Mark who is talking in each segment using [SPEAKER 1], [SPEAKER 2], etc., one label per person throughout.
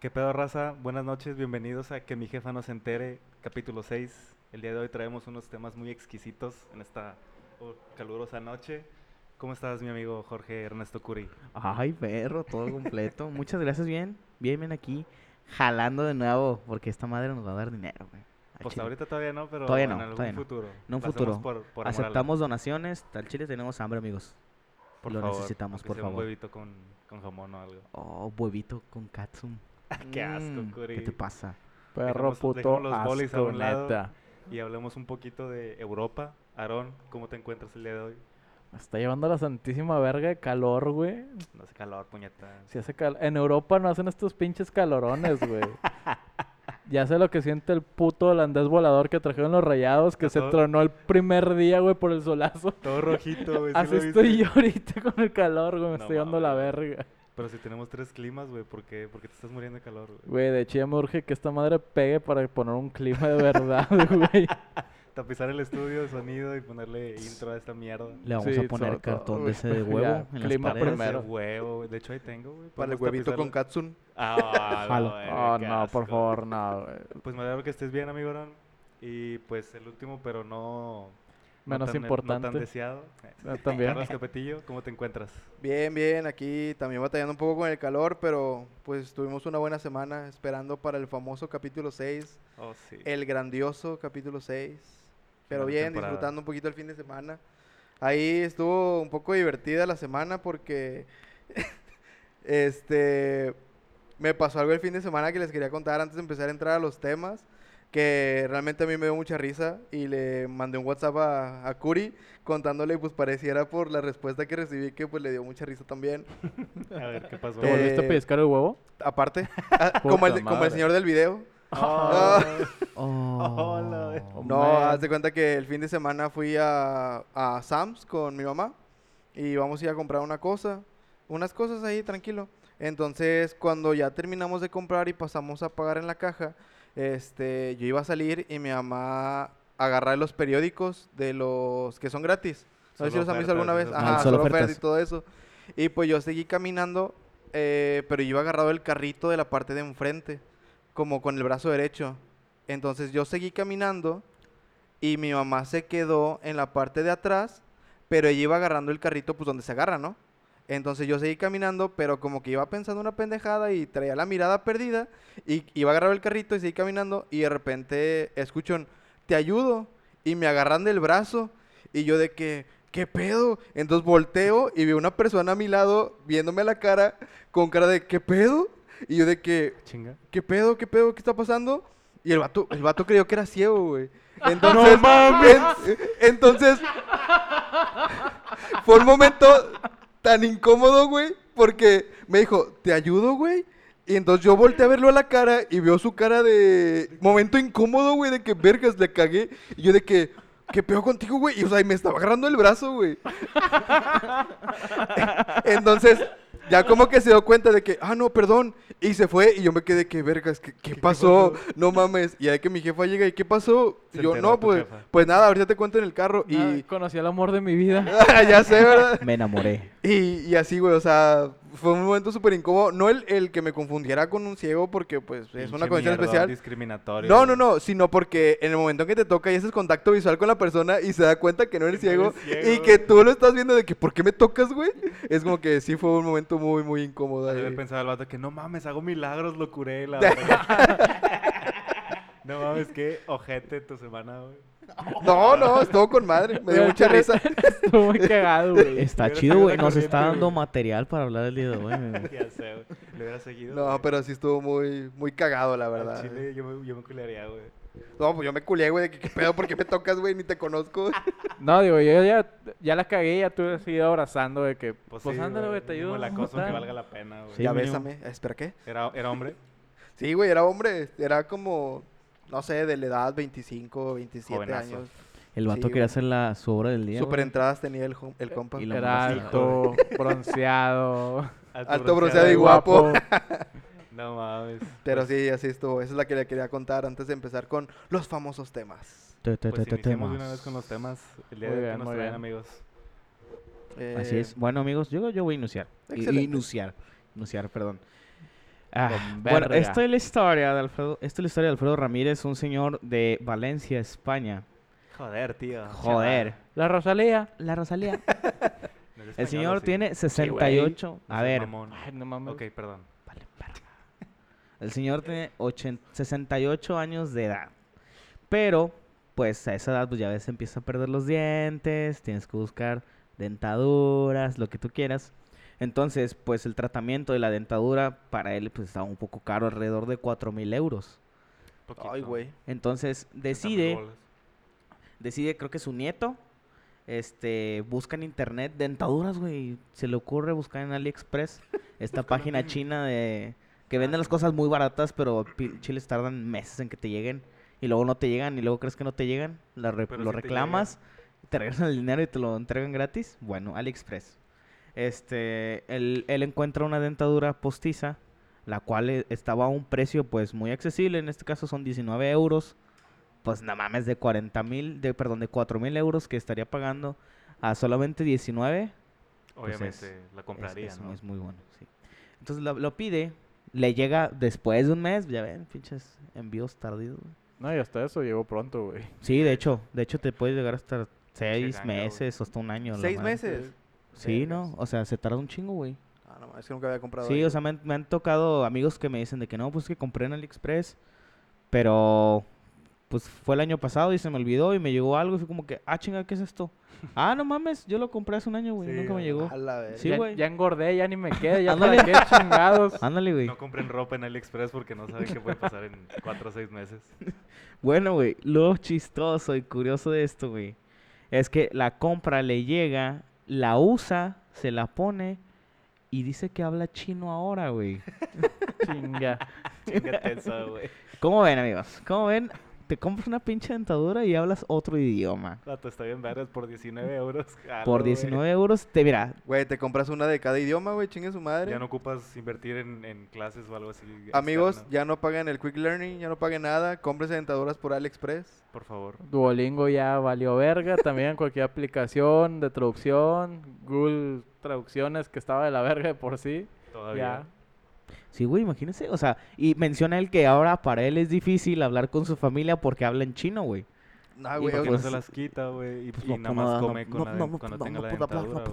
[SPEAKER 1] ¿Qué pedo, raza? Buenas noches, bienvenidos a Que mi jefa nos entere, capítulo 6. El día de hoy traemos unos temas muy exquisitos en esta oh, calurosa noche. ¿Cómo estás, mi amigo Jorge Ernesto Curi?
[SPEAKER 2] Ay, perro, todo completo. Muchas gracias, bien. Bien, bien aquí, jalando de nuevo, porque esta madre nos va a dar dinero, güey. Al
[SPEAKER 1] Pues
[SPEAKER 2] chile.
[SPEAKER 1] ahorita todavía no, pero
[SPEAKER 2] Todavía
[SPEAKER 1] en
[SPEAKER 2] no,
[SPEAKER 1] algún
[SPEAKER 2] todavía no.
[SPEAKER 1] futuro.
[SPEAKER 2] En un
[SPEAKER 1] Lo hacemos
[SPEAKER 2] futuro.
[SPEAKER 1] Por, por amor al-
[SPEAKER 2] Aceptamos donaciones, tal chile tenemos hambre, amigos.
[SPEAKER 1] por
[SPEAKER 2] lo
[SPEAKER 1] favor,
[SPEAKER 2] necesitamos,
[SPEAKER 1] aunque
[SPEAKER 2] por
[SPEAKER 1] sea un
[SPEAKER 2] favor.
[SPEAKER 1] huevito con, con jamón o algo.
[SPEAKER 2] Oh, huevito con katsum.
[SPEAKER 1] Ah, Qué asco,
[SPEAKER 2] Mm,
[SPEAKER 1] Curi.
[SPEAKER 2] ¿Qué te pasa?
[SPEAKER 3] Perro
[SPEAKER 1] Dejemos- dejemos
[SPEAKER 3] puto
[SPEAKER 1] los bolis a
[SPEAKER 3] asco,
[SPEAKER 1] un lado.
[SPEAKER 3] neta.
[SPEAKER 1] Y hablemos un poquito de Europa. Aarón, ¿cómo te encuentras el día de hoy?
[SPEAKER 3] Me está llevando la santísima verga de calor, güey.
[SPEAKER 1] No hace calor, puñeta.
[SPEAKER 3] Si hace cal- En Europa no hacen estos pinches calorones, güey. ya sé lo que siente el puto holandés volador que trajeron los rayados, que
[SPEAKER 1] Ya
[SPEAKER 3] se
[SPEAKER 1] todo-
[SPEAKER 3] tronó el primer día, güey, por el solazo.
[SPEAKER 1] Todo rojito, güey. Pues ¿sí
[SPEAKER 3] Así
[SPEAKER 1] lo
[SPEAKER 3] estoy
[SPEAKER 1] viste?
[SPEAKER 3] yo ahorita con el calor, güey. Me
[SPEAKER 1] No
[SPEAKER 3] está llevando la
[SPEAKER 1] mames.
[SPEAKER 3] verga.
[SPEAKER 1] Pero si tenemos tres climas, güey, ¿por qué? ¿Por qué te estás muriendo de calor, güey?
[SPEAKER 3] Güey, de hecho ya me urge que esta madre pegue para poner un clima de verdad, güey.
[SPEAKER 1] Tapizar el estudio de sonido y ponerle intro a esta mierda.
[SPEAKER 2] Le vamos
[SPEAKER 3] Sí,
[SPEAKER 2] a poner
[SPEAKER 3] sobre todo,
[SPEAKER 2] cartón de
[SPEAKER 3] güey.
[SPEAKER 2] ese de
[SPEAKER 3] Ya,
[SPEAKER 2] huevo en las
[SPEAKER 3] clima
[SPEAKER 2] paredes.
[SPEAKER 1] Parece
[SPEAKER 3] primero.
[SPEAKER 1] huevo, güey. De hecho, ahí tengo, güey.
[SPEAKER 4] Para el
[SPEAKER 1] Podemos
[SPEAKER 4] huevito
[SPEAKER 1] tapizarlo.
[SPEAKER 4] con Katsun.
[SPEAKER 1] Ah, la
[SPEAKER 2] Jalo.
[SPEAKER 1] verga,
[SPEAKER 3] Oh,
[SPEAKER 1] qué
[SPEAKER 3] no, por
[SPEAKER 1] asco.
[SPEAKER 3] favor, no, güey.
[SPEAKER 1] Pues me alegro que estés bien, amigo Aaron. Y pues el último, pero no... no
[SPEAKER 3] Menos
[SPEAKER 1] tan- No tan
[SPEAKER 3] importante.
[SPEAKER 1] deseado. Eh,
[SPEAKER 3] Yo también.
[SPEAKER 1] Carlos Capetillo, ¿cómo te encuentras?
[SPEAKER 4] Bien, bien, aquí también batallando un poco con el calor, pero pues tuvimos una buena semana esperando para el famoso capítulo 6,
[SPEAKER 1] Oh, sí.
[SPEAKER 4] el grandioso capítulo 6. Pero
[SPEAKER 1] Gran
[SPEAKER 4] bien,
[SPEAKER 1] temporada.
[SPEAKER 4] disfrutando un poquito el fin de semana. Ahí estuvo un poco divertida la semana porque este me pasó algo el fin de semana que les quería contar antes de empezar a entrar a los temas. Que realmente a mí me dio mucha risa y le mandé un WhatsApp a, a Curi contándole, pues pareciera por la respuesta que recibí que pues le dio mucha risa también.
[SPEAKER 1] A ver, ¿qué pasó?
[SPEAKER 3] ¿Te volviste a
[SPEAKER 4] Eh,
[SPEAKER 3] pescar el huevo?
[SPEAKER 4] Aparte, ah, como, el,
[SPEAKER 3] Puta
[SPEAKER 4] como el
[SPEAKER 3] madre.
[SPEAKER 4] señor del video. Ah.
[SPEAKER 1] Oh,
[SPEAKER 2] Oh,
[SPEAKER 1] la ve-
[SPEAKER 4] No,
[SPEAKER 3] Man.
[SPEAKER 4] haz de cuenta que el fin de semana fui a, a Sam's con mi mamá y vamos a ir a comprar una cosa, unas cosas ahí, tranquilo. Entonces, cuando ya terminamos de comprar y pasamos a pagar en la caja, este, yo iba a salir y mi mamá agarrar los periódicos de los que son gratis. No sé si
[SPEAKER 1] Solo
[SPEAKER 4] los han visto alguna vez.
[SPEAKER 1] ofertas, esas
[SPEAKER 4] Ajá,
[SPEAKER 2] Ah,
[SPEAKER 4] solo
[SPEAKER 2] solo
[SPEAKER 4] ofertas y
[SPEAKER 2] ofertas.
[SPEAKER 4] todo eso. Y pues yo seguí caminando, eh, pero yo iba agarrado el carrito de la parte de enfrente, como con el brazo derecho. Entonces yo seguí caminando y mi mamá se quedó en la parte de atrás, pero ella iba agarrando el carrito pues donde se agarra, ¿no? Entonces yo seguí caminando, pero como que iba pensando una pendejada y traía la mirada perdida y iba a agarrar el carrito y seguí caminando y de repente escucho un, te ayudo y me agarran del brazo y yo de que, ¿qué pedo? Entonces volteo y veo una persona a mi lado viéndome a la cara con cara de, ¿qué pedo? Y yo de que,
[SPEAKER 1] Chinga.
[SPEAKER 4] ¿qué pedo? ¿Qué pedo? ¿Qué está pasando? Y el vato, el vato creyó que era ciego, güey. Entonces, en- entonces, fue un momento tan incómodo, güey, porque me dijo, ¿te ayudo, güey? Y entonces yo volteé a verlo a la cara y veo su cara de momento incómodo, güey, de que vergas le cagué. Y yo de que, ¿qué pedo contigo, güey? Y o sea, y me estaba agarrando el brazo, güey. Entonces, ya como que se dio cuenta de que, ah, no, perdón. Y se fue y yo me quedé que, vergas, ¿qué, qué pasó? No mames. Y ahí que mi jefa llega y, ¿qué pasó?
[SPEAKER 1] Se
[SPEAKER 4] yo,
[SPEAKER 1] enteró
[SPEAKER 4] no,
[SPEAKER 1] tu
[SPEAKER 4] pues,
[SPEAKER 1] jefa.
[SPEAKER 4] pues nada, ahorita te cuento en el carro.
[SPEAKER 3] Nada,
[SPEAKER 4] Y
[SPEAKER 3] Ah, conocí el amor de mi vida.
[SPEAKER 4] ya sé, ¿verdad?
[SPEAKER 2] Me enamoré.
[SPEAKER 4] Y, y así, güey, o sea, fue un momento súper incómodo. No el, el que me confundiera con un ciego porque, pues, es una
[SPEAKER 1] Pinche
[SPEAKER 4] condición
[SPEAKER 1] mierda,
[SPEAKER 4] especial.
[SPEAKER 1] Discriminatorio.
[SPEAKER 4] No, no, no, sino porque en el momento en que te toca y haces contacto visual con la persona y se da cuenta que no eres
[SPEAKER 1] Que no
[SPEAKER 4] ciego,
[SPEAKER 1] eres
[SPEAKER 4] y
[SPEAKER 1] ciego.
[SPEAKER 4] que tú lo estás viendo de que, ¿por qué me tocas, güey? Es como que sí fue un momento muy, muy incómodo.
[SPEAKER 1] Yo
[SPEAKER 4] ahí.
[SPEAKER 1] pensaba el vato que no mames, hago milagros, lo curé. La verga". no mames, qué ojete tu semana, güey.
[SPEAKER 4] No, no, estuvo con madre, me dio
[SPEAKER 3] Güey,
[SPEAKER 4] mucha
[SPEAKER 3] pero-
[SPEAKER 4] risa.
[SPEAKER 3] Estuvo muy cagado, güey.
[SPEAKER 2] Está
[SPEAKER 1] hubiera
[SPEAKER 2] chido,
[SPEAKER 1] sido
[SPEAKER 2] güey.
[SPEAKER 1] la
[SPEAKER 2] Nos está
[SPEAKER 1] corriente,
[SPEAKER 2] dando
[SPEAKER 1] güey.
[SPEAKER 2] material para hablar el día de hoy. güey.
[SPEAKER 1] Ya sé, güey. Le hubiera seguido.
[SPEAKER 4] No,
[SPEAKER 1] güey.
[SPEAKER 4] pero sí estuvo muy, muy cagado, la
[SPEAKER 1] Al
[SPEAKER 4] verdad. eh.
[SPEAKER 1] Chile, yo me, yo me culearía, güey.
[SPEAKER 4] No, pues yo me culé, güey, de que, ¿qué pedo? ¿Por qué me tocas, güey? Ni te conozco.
[SPEAKER 3] No, digo, yo ya, ya la cagué, ya tú has ido abrazando de que, pues,
[SPEAKER 1] sí,
[SPEAKER 3] ándale, güey, te
[SPEAKER 1] mínimo
[SPEAKER 3] ayudo.
[SPEAKER 1] El acoso
[SPEAKER 3] total.
[SPEAKER 1] que valga la pena, güey.
[SPEAKER 2] Sí,
[SPEAKER 4] ya
[SPEAKER 2] mínimo.
[SPEAKER 4] bésame. Espera, ¿qué?
[SPEAKER 1] Era, era hombre.
[SPEAKER 4] Sí, güey, era hombre, era como, no sé, de la edad 25, 27
[SPEAKER 1] Jovenazo.
[SPEAKER 4] años.
[SPEAKER 2] El vato
[SPEAKER 4] Sí,
[SPEAKER 2] quería
[SPEAKER 4] güey.
[SPEAKER 2] hacer la, su obra del día.
[SPEAKER 4] Super
[SPEAKER 2] güey.
[SPEAKER 4] entradas tenía el, jo- el compa.
[SPEAKER 2] Y la-
[SPEAKER 3] Era
[SPEAKER 2] mamacita,
[SPEAKER 3] alto, bronceado,
[SPEAKER 4] Alto bronceado y guapo.
[SPEAKER 1] No mames. Pues,
[SPEAKER 4] Pero sí, así estuvo. Esa es la que le quería contar antes de empezar con los famosos temas.
[SPEAKER 2] Te- te-
[SPEAKER 1] Pues
[SPEAKER 2] te-
[SPEAKER 1] iniciamos de
[SPEAKER 2] temas.
[SPEAKER 1] una vez con los temas. El día de
[SPEAKER 3] Muy
[SPEAKER 1] hoy que
[SPEAKER 3] bien,
[SPEAKER 1] nos
[SPEAKER 3] muy
[SPEAKER 1] traen,
[SPEAKER 3] bien.
[SPEAKER 1] amigos.
[SPEAKER 4] Eh,
[SPEAKER 1] Eh,
[SPEAKER 2] Así es. Bueno, amigos, yo, yo voy a iniciar. I-
[SPEAKER 4] Excelente.
[SPEAKER 2] Iniciar. Iniciar, perdón. Ah,
[SPEAKER 3] Ah,
[SPEAKER 2] Bueno,
[SPEAKER 3] verga.
[SPEAKER 2] esta es la historia de Alfredo, esta es la historia de Alfredo Ramírez, un señor de Valencia, España.
[SPEAKER 1] Joder, tío.
[SPEAKER 2] Joder.
[SPEAKER 3] La Rosalía.
[SPEAKER 2] La Rosalía.
[SPEAKER 1] chaval. Es
[SPEAKER 2] El
[SPEAKER 1] español,
[SPEAKER 2] señor
[SPEAKER 1] sí.
[SPEAKER 2] tiene
[SPEAKER 3] Sí, güey.
[SPEAKER 2] 68.
[SPEAKER 1] No
[SPEAKER 2] A
[SPEAKER 1] seas
[SPEAKER 2] ver,
[SPEAKER 1] mamón.
[SPEAKER 3] Ay, no mames.
[SPEAKER 1] Ok, perdón.
[SPEAKER 2] Vale, verga. El señor tiene 80 68 años de edad. Pero, pues a esa edad, pues ya ves, empieza a perder los dientes, tienes que buscar dentaduras, lo que tú quieras. Entonces, pues el tratamiento de la dentadura para él pues estaba un poco caro, alrededor de 4 mil euros.
[SPEAKER 1] Poquito.
[SPEAKER 4] Ay, güey.
[SPEAKER 2] Entonces,
[SPEAKER 1] 70 mil
[SPEAKER 2] decide,
[SPEAKER 1] bolas.
[SPEAKER 2] decide, creo que su nieto, este, busca en internet dentaduras, güey. Se le ocurre buscar en AliExpress esta página china de
[SPEAKER 1] Ah,
[SPEAKER 2] que venden las cosas muy baratas, pero pi- chiles tardan meses en que te lleguen y luego no te llegan y luego crees que no te llegan, la re-
[SPEAKER 1] Pero
[SPEAKER 2] lo
[SPEAKER 1] sí te
[SPEAKER 2] reclamas, te, regresan el dinero y te lo entregan gratis. Bueno, AliExpress. Este, él, él encuentra una dentadura postiza, la cual eh, estaba a un precio pues muy accesible, en este caso son 19 euros pues no mames, de 40 mil, de, perdón, de 4 mil euros que estaría pagando a solamente 19, pues,
[SPEAKER 1] Obviamente
[SPEAKER 2] es-
[SPEAKER 1] la compraría,
[SPEAKER 2] es, es
[SPEAKER 1] ¿no?
[SPEAKER 2] muy- es muy bueno, sí. Entonces lo, lo pide, le llega después de un mes, ya ven, pinches envíos tardíos. güey.
[SPEAKER 3] No, y hasta eso llegó pronto, güey.
[SPEAKER 2] Sí, de hecho, de hecho te puede llegar hasta seis
[SPEAKER 1] ganga, güey.
[SPEAKER 2] meses o hasta un año. la
[SPEAKER 4] ¿Seis
[SPEAKER 2] madre.
[SPEAKER 4] meses?
[SPEAKER 2] Sí,
[SPEAKER 4] Vergas.
[SPEAKER 2] ¿no? O sea, se tarda un chingo, güey.
[SPEAKER 4] Ah, no, es que nunca había comprado.
[SPEAKER 2] Sí,
[SPEAKER 4] ahí,
[SPEAKER 2] o sea, me han, me han tocado amigos que me dicen de que no, pues que compré en AliExpress, pero pues fue el año pasado y se me olvidó y me llegó algo y fue como que, ah, chinga, ¿qué es esto? ah, no mames, yo lo compré hace un año, güey,
[SPEAKER 1] Sí,
[SPEAKER 2] nunca me
[SPEAKER 1] a-
[SPEAKER 2] llegó.
[SPEAKER 4] güey. A la verga.
[SPEAKER 2] Sí,
[SPEAKER 3] Ya-
[SPEAKER 2] güey.
[SPEAKER 3] Ya, engordé, ya ni me queda, ya para
[SPEAKER 2] Ándale.
[SPEAKER 3] qué chingados.
[SPEAKER 2] Ándale, güey.
[SPEAKER 1] No compren ropa en AliExpress porque no saben qué puede pasar en 4 o 6 meses.
[SPEAKER 2] Bueno, güey, lo chistoso y curioso de esto, güey, es que la compra le llega, la usa, se la pone y dice que habla chino ahora, güey.
[SPEAKER 3] Chinga.
[SPEAKER 1] Chingate eso, güey.
[SPEAKER 2] ¿Cómo ven, amigos? ¿Cómo ven? Te compras una pinche dentadura y hablas otro idioma.
[SPEAKER 1] Vato, está bien vergas por 19 euros. jalo,
[SPEAKER 2] Por
[SPEAKER 1] güey.
[SPEAKER 2] 19 euros, te mira,
[SPEAKER 4] Güey, te compras una de cada idioma, güey, chingue su madre.
[SPEAKER 1] Ya no ocupas invertir en, en clases o algo así.
[SPEAKER 4] Amigos,
[SPEAKER 1] externo.
[SPEAKER 4] ya no paguen el Quick Learning, ya no paguen nada. Cómprese dentaduras por AliExpress.
[SPEAKER 1] Por favor.
[SPEAKER 3] Duolingo ya valió verga. También cualquier aplicación de traducción. Google Traducciones que estaba de la verga de por sí.
[SPEAKER 1] Todavía.
[SPEAKER 3] Ya.
[SPEAKER 2] Sí, güey, imagínense. O sea, y menciona él que ahora para él es difícil hablar con su familia porque habla en chino, güey.
[SPEAKER 4] No,
[SPEAKER 2] Y
[SPEAKER 4] güey.
[SPEAKER 1] Porque
[SPEAKER 4] o
[SPEAKER 1] no
[SPEAKER 4] sea,
[SPEAKER 1] se las quita, güey. Y,
[SPEAKER 4] pues
[SPEAKER 1] y nada más come con la, den- cuando tenga la dentadura, güey.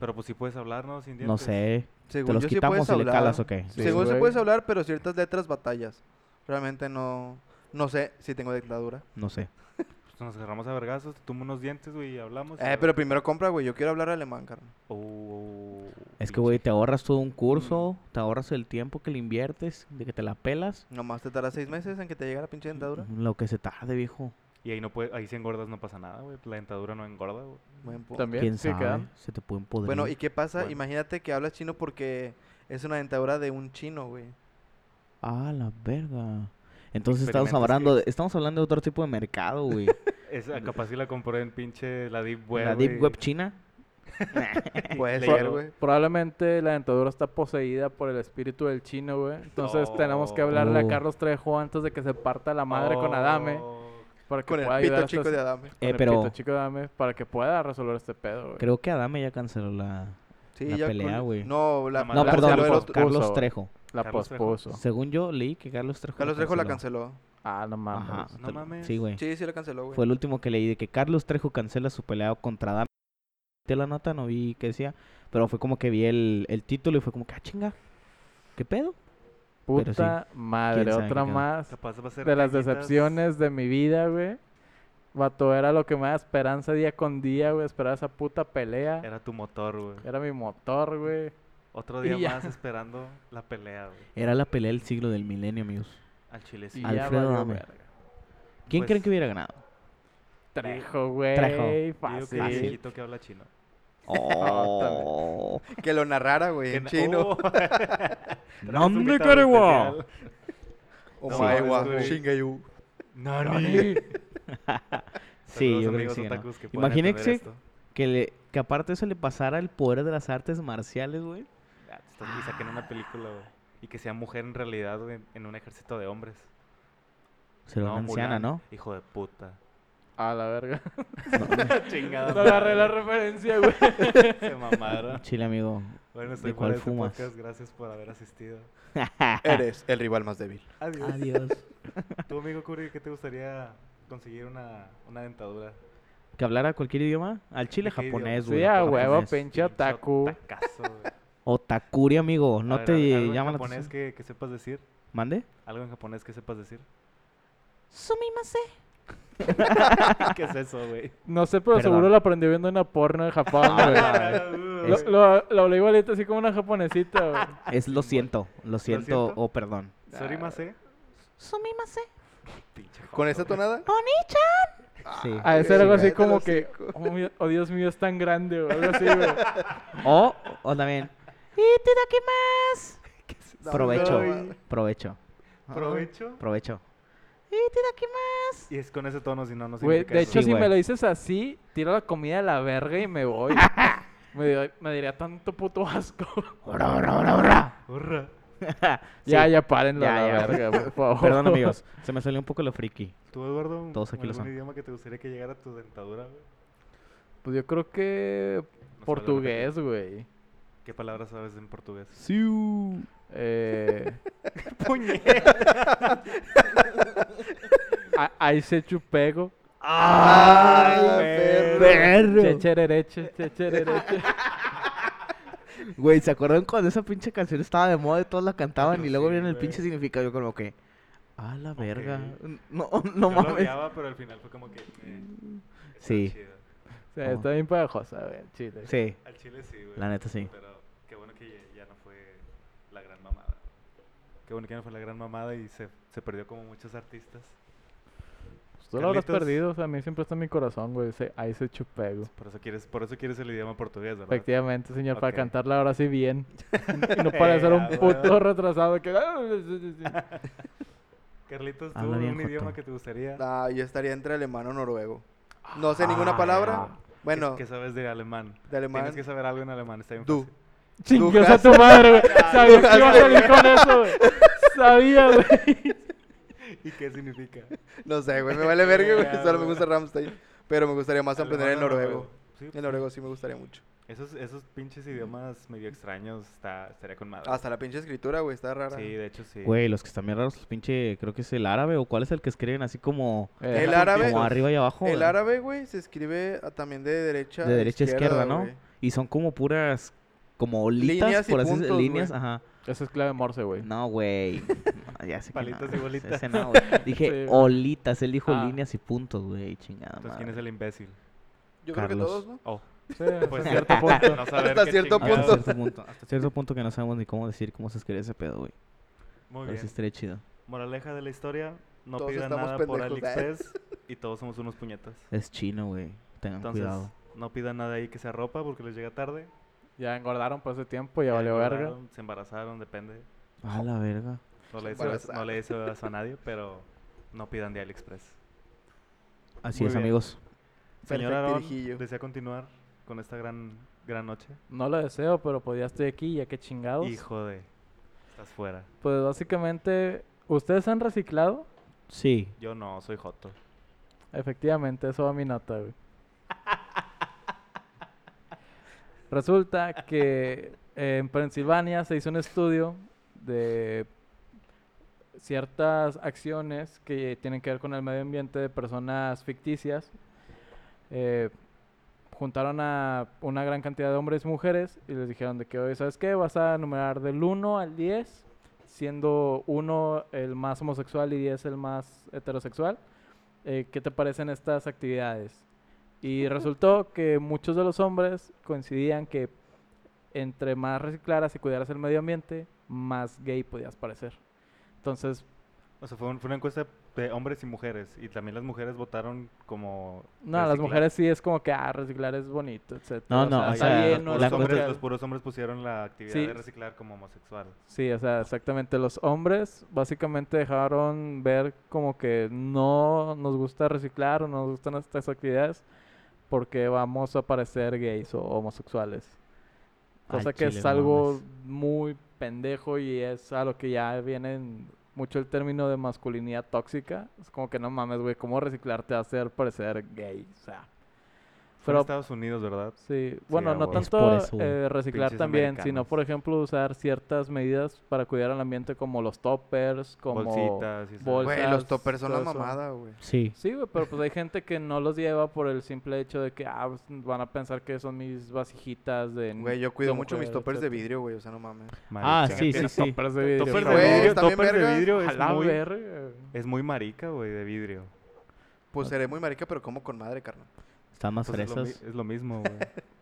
[SPEAKER 1] Pero pues si puedes hablar, ¿no? Sin
[SPEAKER 2] No
[SPEAKER 1] dientes.
[SPEAKER 2] sé. ¿Te
[SPEAKER 4] Según
[SPEAKER 2] los
[SPEAKER 4] yo sí
[SPEAKER 2] quitamos
[SPEAKER 4] puedes
[SPEAKER 2] y le
[SPEAKER 4] hablar.
[SPEAKER 2] calas o qué?
[SPEAKER 3] Sí,
[SPEAKER 4] Según se
[SPEAKER 3] güey.
[SPEAKER 4] puedes hablar, pero ciertas letras batallas. Realmente no. No sé si tengo dentadura.
[SPEAKER 2] No sé.
[SPEAKER 1] Pues nos agarramos a vergazos, te tumbo unos dientes, güey, y hablamos. y
[SPEAKER 4] Eh,
[SPEAKER 1] ya.
[SPEAKER 4] pero primero compra, güey. Yo quiero hablar alemán, carnal.
[SPEAKER 1] Oh,
[SPEAKER 2] Es que,
[SPEAKER 1] pinche.
[SPEAKER 2] güey, te ahorras todo un curso, te ahorras el tiempo que le inviertes, de que te la pelas.
[SPEAKER 4] Nomás te tarda seis meses en que te llegue la pinche dentadura.
[SPEAKER 2] Lo que se tarde, viejo.
[SPEAKER 1] Y ahí, no puede, ahí si engordas no pasa nada, güey. La dentadura no engorda, güey.
[SPEAKER 4] Buen punto.
[SPEAKER 3] También.
[SPEAKER 2] ¿Quién
[SPEAKER 3] sí,
[SPEAKER 2] sabe?
[SPEAKER 3] quedan.
[SPEAKER 2] Se te pueden podrir.
[SPEAKER 4] Bueno, ¿y qué pasa?
[SPEAKER 1] Bueno.
[SPEAKER 4] Imagínate que hablas chino porque es una dentadura de un chino, güey.
[SPEAKER 2] Ah, la verga. Entonces estamos
[SPEAKER 1] Experimentos
[SPEAKER 2] hablando,
[SPEAKER 1] que-
[SPEAKER 2] de, estamos hablando de otro tipo de mercado, güey.
[SPEAKER 1] Esa capaz si la compré en pinche la Deep Web.
[SPEAKER 2] La Deep
[SPEAKER 1] güey.
[SPEAKER 2] Web China.
[SPEAKER 4] Puede
[SPEAKER 1] Le
[SPEAKER 4] ser,
[SPEAKER 1] llegó.
[SPEAKER 4] güey.
[SPEAKER 3] Probablemente la dentadura está poseída por el espíritu del chino, güey. Entonces tenemos que hablarle a
[SPEAKER 2] Oh.
[SPEAKER 3] Carlos Trejo antes de que se parta la madre con Adame.
[SPEAKER 1] Oh,
[SPEAKER 3] Para que
[SPEAKER 4] Con
[SPEAKER 3] pueda
[SPEAKER 4] el
[SPEAKER 3] ayudar
[SPEAKER 4] pito
[SPEAKER 3] a
[SPEAKER 4] chico
[SPEAKER 3] estas-
[SPEAKER 4] de Adame.
[SPEAKER 3] con
[SPEAKER 2] Eh,
[SPEAKER 3] el
[SPEAKER 2] pero-
[SPEAKER 3] pito chico de Adame. Para que pueda resolver este pedo, güey.
[SPEAKER 2] Creo que Adame ya canceló la...
[SPEAKER 4] Sí,
[SPEAKER 2] La
[SPEAKER 4] ya con-
[SPEAKER 2] pelea, güey.
[SPEAKER 4] No, la,
[SPEAKER 1] No,
[SPEAKER 2] No,
[SPEAKER 4] la
[SPEAKER 2] perdón,
[SPEAKER 4] canceló el
[SPEAKER 2] Carlos,
[SPEAKER 4] otro-
[SPEAKER 3] Carlos Trejo.
[SPEAKER 2] Trejo.
[SPEAKER 3] La
[SPEAKER 1] Carlos Trejo.
[SPEAKER 3] pospuso.
[SPEAKER 2] Según yo leí que Carlos Trejo.
[SPEAKER 4] Carlos Trejo la canceló.
[SPEAKER 3] Ah, no mames.
[SPEAKER 2] Ajá.
[SPEAKER 1] No
[SPEAKER 2] te-
[SPEAKER 1] mames.
[SPEAKER 2] Sí, güey.
[SPEAKER 4] Sí, sí la canceló, güey.
[SPEAKER 2] Fue el último que leí de que Carlos Trejo cancela su pelea contra Adam. De la nota no vi qué decía, pero fue como que vi el, el título y fue como que, ah, chinga, ¿qué pedo? Pero sí.
[SPEAKER 3] Puta madre,
[SPEAKER 2] ¿Quién sabe
[SPEAKER 3] otra
[SPEAKER 2] qué quedó?
[SPEAKER 3] más
[SPEAKER 1] capaz va a ser
[SPEAKER 3] de las
[SPEAKER 1] cañitas.
[SPEAKER 3] decepciones de mi vida, güey. Vato, era lo que me da esperanza día con día, güey. Esperar esa puta pelea. Era,
[SPEAKER 1] Era tu motor, güey.
[SPEAKER 3] mi motor, güey.
[SPEAKER 1] Otro
[SPEAKER 3] Y
[SPEAKER 1] día
[SPEAKER 3] ya.
[SPEAKER 1] más esperando la pelea, güey.
[SPEAKER 2] Era la pelea del siglo del milenio, amigos.
[SPEAKER 1] Al chile
[SPEAKER 3] Y
[SPEAKER 1] sí.
[SPEAKER 3] ya
[SPEAKER 2] Alfredo
[SPEAKER 3] valió
[SPEAKER 2] Adame.
[SPEAKER 3] verga.
[SPEAKER 2] ¿Quién
[SPEAKER 1] Pues-
[SPEAKER 2] creen que hubiera ganado?
[SPEAKER 3] Trejo, güey.
[SPEAKER 2] Trejo.
[SPEAKER 1] Digo que el
[SPEAKER 3] Fácil.
[SPEAKER 1] viejito que habla chino.
[SPEAKER 2] Oh,
[SPEAKER 4] Que lo narrara, güey,
[SPEAKER 1] Que
[SPEAKER 4] en
[SPEAKER 1] na-
[SPEAKER 4] chino.
[SPEAKER 1] Oh. Tenemos un
[SPEAKER 2] Nam de
[SPEAKER 1] invitado
[SPEAKER 2] Carewa.
[SPEAKER 1] especial.
[SPEAKER 4] O
[SPEAKER 1] No,
[SPEAKER 4] mae,
[SPEAKER 1] mames,
[SPEAKER 4] Oh, guau,
[SPEAKER 1] güey.
[SPEAKER 4] Shingayu.
[SPEAKER 1] Nani.
[SPEAKER 2] Sí,
[SPEAKER 1] Saludos,
[SPEAKER 2] yo creo que
[SPEAKER 1] amigos
[SPEAKER 2] sí ganó.
[SPEAKER 1] otakus que puedan
[SPEAKER 2] Imagínense
[SPEAKER 1] entender esto.
[SPEAKER 2] que, le, que aparte de eso le pasara el poder de las artes marciales, güey.
[SPEAKER 1] Ah, estás- Y saquen una película, güey. Y que sea mujer en realidad, güey, en un ejército de hombres.
[SPEAKER 2] Será una anciana,
[SPEAKER 1] Mulan,
[SPEAKER 2] ¿no?
[SPEAKER 1] Hijo de puta.
[SPEAKER 3] A la verga.
[SPEAKER 1] Chingada.
[SPEAKER 3] No agarré la referencia, güey.
[SPEAKER 1] madre, Se mamaron.
[SPEAKER 2] Chile, amigo.
[SPEAKER 1] Bueno,
[SPEAKER 2] ¿De
[SPEAKER 1] estoy fuera
[SPEAKER 2] cuál
[SPEAKER 1] de este
[SPEAKER 2] fumas?
[SPEAKER 1] podcast. Gracias por haber asistido.
[SPEAKER 4] Eres el rival más débil.
[SPEAKER 1] Adiós.
[SPEAKER 2] Adiós.
[SPEAKER 1] ¿Tu amigo Curi, qué te gustaría conseguir una, una dentadura?
[SPEAKER 2] ¿Que hablara cualquier idioma? Al chile,
[SPEAKER 1] ¿De qué
[SPEAKER 2] japonés,
[SPEAKER 1] idioma?
[SPEAKER 2] güey.
[SPEAKER 3] Sí, a
[SPEAKER 2] japonés.
[SPEAKER 3] huevo, pinche
[SPEAKER 1] Pinche
[SPEAKER 3] otaku.
[SPEAKER 1] otacazo, güey.
[SPEAKER 2] Otakuri, amigo.
[SPEAKER 1] A
[SPEAKER 2] ¿No
[SPEAKER 1] ver,
[SPEAKER 2] te
[SPEAKER 1] ¿al- ¿Algo
[SPEAKER 2] llama
[SPEAKER 1] en
[SPEAKER 2] la
[SPEAKER 1] japonés
[SPEAKER 2] atención?
[SPEAKER 1] que, que sepas decir?
[SPEAKER 2] ¿Mande?
[SPEAKER 1] ¿Algo en japonés que sepas decir?
[SPEAKER 2] Sumimase.
[SPEAKER 1] ¿Qué es eso, güey?
[SPEAKER 3] No sé, pero
[SPEAKER 2] Perdón.
[SPEAKER 3] seguro lo aprendí viendo una porno de Japón, Ah,
[SPEAKER 1] Ah,
[SPEAKER 3] güey.
[SPEAKER 1] uh,
[SPEAKER 3] Lo,
[SPEAKER 2] Es-
[SPEAKER 3] lo, lo hablé igualito, así como una japonesita, güey.
[SPEAKER 1] Ah,
[SPEAKER 2] Es lo siento, lo siento
[SPEAKER 1] siento?
[SPEAKER 2] o perdón.
[SPEAKER 1] Sorimase.
[SPEAKER 2] Sumimase.
[SPEAKER 1] Pinche
[SPEAKER 4] ¿Con
[SPEAKER 1] joto,
[SPEAKER 4] esa
[SPEAKER 1] güey.
[SPEAKER 4] tonada?
[SPEAKER 2] Sí.
[SPEAKER 3] A decir Ah, algo así
[SPEAKER 4] cállate el
[SPEAKER 3] como que, oh, mi- oh, Dios mío, es tan grande, o algo así, güey.
[SPEAKER 2] O, o también. ¡Y te da que más! Provecho,
[SPEAKER 1] Ay.
[SPEAKER 2] provecho, Ah.
[SPEAKER 1] ¿Provecho?
[SPEAKER 2] provecho.
[SPEAKER 1] Y es con ese tono, si no, no
[SPEAKER 3] Güey,
[SPEAKER 1] significa
[SPEAKER 3] de
[SPEAKER 1] eso.
[SPEAKER 3] hecho,
[SPEAKER 2] Sí,
[SPEAKER 3] si
[SPEAKER 2] güey.
[SPEAKER 3] me lo dices así, tiro la comida a la verga y me voy. me, dio- me diría tanto puto asco.
[SPEAKER 2] Ora, ora, ora, ora.
[SPEAKER 1] Urra.
[SPEAKER 3] Ya,
[SPEAKER 2] Sí.
[SPEAKER 3] ya, párenlo
[SPEAKER 2] Ya,
[SPEAKER 3] a la
[SPEAKER 2] ya.
[SPEAKER 3] verga, por favor.
[SPEAKER 2] Perdón, amigos, se me salió un poco lo friki.
[SPEAKER 1] ¿Tú, Eduardo,
[SPEAKER 2] Todos aquí lo
[SPEAKER 1] algún
[SPEAKER 2] son.
[SPEAKER 1] idioma que te gustaría que llegara a tu dentadura? güey?
[SPEAKER 3] Pues yo creo que
[SPEAKER 1] Nos hablaron
[SPEAKER 3] portugués, güey.
[SPEAKER 1] de- ¿Qué palabras sabes en portugués?
[SPEAKER 3] Eh... A- Ahí se chupego.
[SPEAKER 4] Ah, perro.
[SPEAKER 3] Checherereche, checherereche.
[SPEAKER 2] Güey, ¿se acuerdan cuando esa pinche canción estaba de moda y todos la cantaban y luego
[SPEAKER 1] Sí,
[SPEAKER 2] viene el
[SPEAKER 1] güey.
[SPEAKER 2] pinche significado? Yo como que. ¡A la verga!
[SPEAKER 1] Ok.
[SPEAKER 2] No,
[SPEAKER 1] Yo
[SPEAKER 2] no
[SPEAKER 1] lo
[SPEAKER 2] mames.
[SPEAKER 1] odiaba, pero al final fue como que... eh, está
[SPEAKER 2] Sí.
[SPEAKER 1] chido.
[SPEAKER 3] O sea, está bien pegajosa, güey, al chile.
[SPEAKER 2] Sí,
[SPEAKER 1] Al chile sí, güey.
[SPEAKER 2] La neta, sí.
[SPEAKER 1] Pero qué bueno que ya- ya no fue la gran mamada. Qué bueno que ya no fue la gran mamada y se, se perdió como muchos artistas.
[SPEAKER 3] Pues Tú lo habrás
[SPEAKER 1] Carlitos.
[SPEAKER 3] perdido, o sea, a mí siempre está en mi corazón, güey. ese Ahí se chupego.
[SPEAKER 1] Por eso quieres, por eso quieres el idioma portugués, ¿verdad?
[SPEAKER 3] Efectivamente, señor, para
[SPEAKER 1] Ok.
[SPEAKER 3] cantarla ahora sí bien. Y no parecer
[SPEAKER 1] Eh,
[SPEAKER 3] un
[SPEAKER 1] a
[SPEAKER 3] puto
[SPEAKER 1] huevo.
[SPEAKER 3] retrasado que... "Ah,
[SPEAKER 1] Carlitos, ¿tú
[SPEAKER 2] Habla bien,
[SPEAKER 1] un idioma
[SPEAKER 2] Joto.
[SPEAKER 1] que te gustaría?
[SPEAKER 4] Ah, yo estaría entre alemán o noruego. No sé
[SPEAKER 1] Ah,
[SPEAKER 4] ninguna palabra. Bueno,
[SPEAKER 1] ¿Qué sabes de alemán?
[SPEAKER 4] de alemán.
[SPEAKER 1] Tienes que saber algo en alemán, está bien
[SPEAKER 4] Du.
[SPEAKER 1] fácil.
[SPEAKER 3] Chingues a
[SPEAKER 4] Lucas.
[SPEAKER 3] tu madre, güey. Sabía que iba a salir con eso, güey. Sabía, güey.
[SPEAKER 1] ¿Y qué significa?
[SPEAKER 4] No sé, güey. Me vale verga,
[SPEAKER 1] Ya,
[SPEAKER 4] güey. Solo me
[SPEAKER 1] güey.
[SPEAKER 4] gusta Rammstein. Pero me gustaría más aprender el
[SPEAKER 1] Alemán o
[SPEAKER 4] noruego.
[SPEAKER 1] Sí,
[SPEAKER 4] El noruego sí me gustaría mucho.
[SPEAKER 1] Esos, esos pinches idiomas medio extraños está, estaría con madre.
[SPEAKER 4] Hasta la pinche escritura, güey. Está rara.
[SPEAKER 1] Sí, de hecho sí.
[SPEAKER 2] güey, los que están bien raros, los pinche. Creo que es el árabe o cuál es el que escriben así como.
[SPEAKER 3] Eh,
[SPEAKER 4] El árabe-
[SPEAKER 2] Como arriba y abajo.
[SPEAKER 4] El
[SPEAKER 2] güey.
[SPEAKER 4] árabe, güey, se escribe ah, también de derecha
[SPEAKER 2] De derecha a izquierda, ¿no?
[SPEAKER 4] güey.
[SPEAKER 2] Y son como puras, como olitas,
[SPEAKER 4] Líneas y
[SPEAKER 2] por así decir-
[SPEAKER 4] puntos, güey.
[SPEAKER 2] líneas, ajá.
[SPEAKER 3] Eso es clave morse, güey.
[SPEAKER 2] No, güey. No, ya sé que
[SPEAKER 1] Palitas
[SPEAKER 2] no,
[SPEAKER 1] y bolitas.
[SPEAKER 2] ese no, güey. Dije
[SPEAKER 3] Sí, güey.
[SPEAKER 2] olitas, él dijo
[SPEAKER 3] Ah.
[SPEAKER 2] líneas y puntos, güey, chingada
[SPEAKER 1] Entonces, ¿quién es
[SPEAKER 2] madre.
[SPEAKER 1] el imbécil?
[SPEAKER 4] Yo creo que
[SPEAKER 2] Carlos.
[SPEAKER 4] todos, ¿no?
[SPEAKER 1] Oh,
[SPEAKER 3] Sí, pues
[SPEAKER 1] pues
[SPEAKER 3] cierto punto.
[SPEAKER 1] No saber
[SPEAKER 4] Hasta
[SPEAKER 1] qué
[SPEAKER 4] cierto
[SPEAKER 1] chingados.
[SPEAKER 2] Hasta cierto punto, hasta cierto punto que no sabemos ni cómo decir cómo se escribe ese pedo, güey.
[SPEAKER 1] Muy
[SPEAKER 2] Pero sí
[SPEAKER 1] bien.
[SPEAKER 2] estaría chido.
[SPEAKER 1] Moraleja de la historia, no
[SPEAKER 4] Todos
[SPEAKER 1] pidan
[SPEAKER 4] estamos
[SPEAKER 1] nada por
[SPEAKER 4] pendejos, ¿eh?
[SPEAKER 1] AliExpress y todos somos unos puñetas.
[SPEAKER 2] Es chino, güey. Tengan
[SPEAKER 1] Entonces,
[SPEAKER 2] Eh, cuidado.
[SPEAKER 1] no pidan nada ahí que sea ropa porque les llega tarde.
[SPEAKER 3] Ya engordaron por ese tiempo, ya valió verga.
[SPEAKER 1] engordaron, Se embarazaron, depende.
[SPEAKER 2] A la verga.
[SPEAKER 1] No
[SPEAKER 4] Se
[SPEAKER 1] le deseo eso- no
[SPEAKER 4] embarazaron.
[SPEAKER 1] le deseo eso a nadie, pero no pidan de AliExpress.
[SPEAKER 2] Así
[SPEAKER 1] Muy
[SPEAKER 2] es,
[SPEAKER 1] bien.
[SPEAKER 2] amigos.
[SPEAKER 1] Señor
[SPEAKER 4] Perfectirijillo.
[SPEAKER 1] Aarón, ¿desea continuar con esta gran, gran noche?
[SPEAKER 3] No lo deseo, pero pues ya estoy aquí, ya que chingados.
[SPEAKER 1] Hijo de... Estás fuera.
[SPEAKER 3] Pues básicamente, ¿ustedes han reciclado?
[SPEAKER 2] Sí.
[SPEAKER 1] Yo no, soy Joto.
[SPEAKER 3] Efectivamente, eso va mi nota, güey. Resulta que eh, en Pensilvania se hizo un estudio de ciertas acciones que tienen que ver con el medio ambiente de personas ficticias. Eh, juntaron a una gran cantidad de hombres y mujeres y les dijeron de que, hoy ¿sabes qué? Vas a numerar del 1 al 10, siendo 1 el más homosexual y 10 el más heterosexual eh, ¿qué te parecen estas actividades? Y resultó que muchos de los hombres coincidían que entre más reciclaras y cuidaras el medio ambiente, más gay podías parecer. Entonces,
[SPEAKER 1] O sea, fue, un- fue una encuesta de hombres y mujeres. Y también las mujeres votaron como...
[SPEAKER 3] no, las
[SPEAKER 1] reciclar.
[SPEAKER 3] mujeres sí es como que, ah, reciclar es bonito, etc.
[SPEAKER 2] No, no, o
[SPEAKER 1] Ah,
[SPEAKER 3] está
[SPEAKER 2] sea,
[SPEAKER 3] bien, no
[SPEAKER 1] los,
[SPEAKER 3] es
[SPEAKER 2] la
[SPEAKER 1] hombres-
[SPEAKER 2] encuesta-
[SPEAKER 1] los puros hombres pusieron la actividad
[SPEAKER 3] Sí.
[SPEAKER 1] de reciclar como homosexual.
[SPEAKER 3] Sí, o sea, exactamente. Los hombres básicamente dejaron ver como que no nos gusta reciclar o no nos gustan estas actividades porque vamos a parecer gays o homosexuales.
[SPEAKER 2] Al
[SPEAKER 3] Cosa que
[SPEAKER 2] chile,
[SPEAKER 3] es
[SPEAKER 2] no
[SPEAKER 3] algo
[SPEAKER 2] mames.
[SPEAKER 3] muy pendejo y es a lo que ya vienen mucho el término de masculinidad tóxica. Es como que no mames, güey, ¿cómo reciclarte hace al parecer gay? O sea.
[SPEAKER 1] Fue en
[SPEAKER 3] Pero
[SPEAKER 1] Estados Unidos, ¿verdad?
[SPEAKER 3] sí, bueno,
[SPEAKER 1] a
[SPEAKER 3] no
[SPEAKER 1] huevo.
[SPEAKER 2] Es por
[SPEAKER 3] tanto
[SPEAKER 2] eso, güey.
[SPEAKER 3] eh, reciclar
[SPEAKER 1] Pinches
[SPEAKER 3] también, sino
[SPEAKER 1] americanos.
[SPEAKER 3] por ejemplo usar ciertas medidas para cuidar al ambiente como los toppers, como
[SPEAKER 1] Bolsitas y esas-
[SPEAKER 3] bol-
[SPEAKER 4] Güey, los
[SPEAKER 3] bolsas,
[SPEAKER 4] toppers son la
[SPEAKER 3] todo eso.
[SPEAKER 4] mamada, güey.
[SPEAKER 2] Sí.
[SPEAKER 3] Sí, güey, pero pues hay gente que no los lleva por el simple hecho de que ah, pues, van a pensar que son mis vasijitas de.
[SPEAKER 4] Güey, yo cuido
[SPEAKER 3] de
[SPEAKER 4] mucho mis
[SPEAKER 3] mujer,
[SPEAKER 4] toppers de
[SPEAKER 3] etcétera.
[SPEAKER 4] vidrio, güey. O sea, no mames.
[SPEAKER 2] Ah,
[SPEAKER 1] Marica.
[SPEAKER 2] sí, sí,
[SPEAKER 3] Tienes
[SPEAKER 2] sí.
[SPEAKER 3] Toppers de vidrio.
[SPEAKER 1] Toppers
[SPEAKER 4] Güey,
[SPEAKER 1] de vidrio,
[SPEAKER 4] ¿están bien
[SPEAKER 1] toppers de
[SPEAKER 4] vergas?
[SPEAKER 1] vidrio
[SPEAKER 3] A
[SPEAKER 1] es
[SPEAKER 3] la
[SPEAKER 1] muy,
[SPEAKER 3] verga.
[SPEAKER 1] es muy marica, güey, de vidrio.
[SPEAKER 4] Pues seré muy marica, pero como con madre, carnal.
[SPEAKER 2] Están más
[SPEAKER 1] Pues es, lo, mi-
[SPEAKER 2] fresas.
[SPEAKER 1] es lo mismo, güey.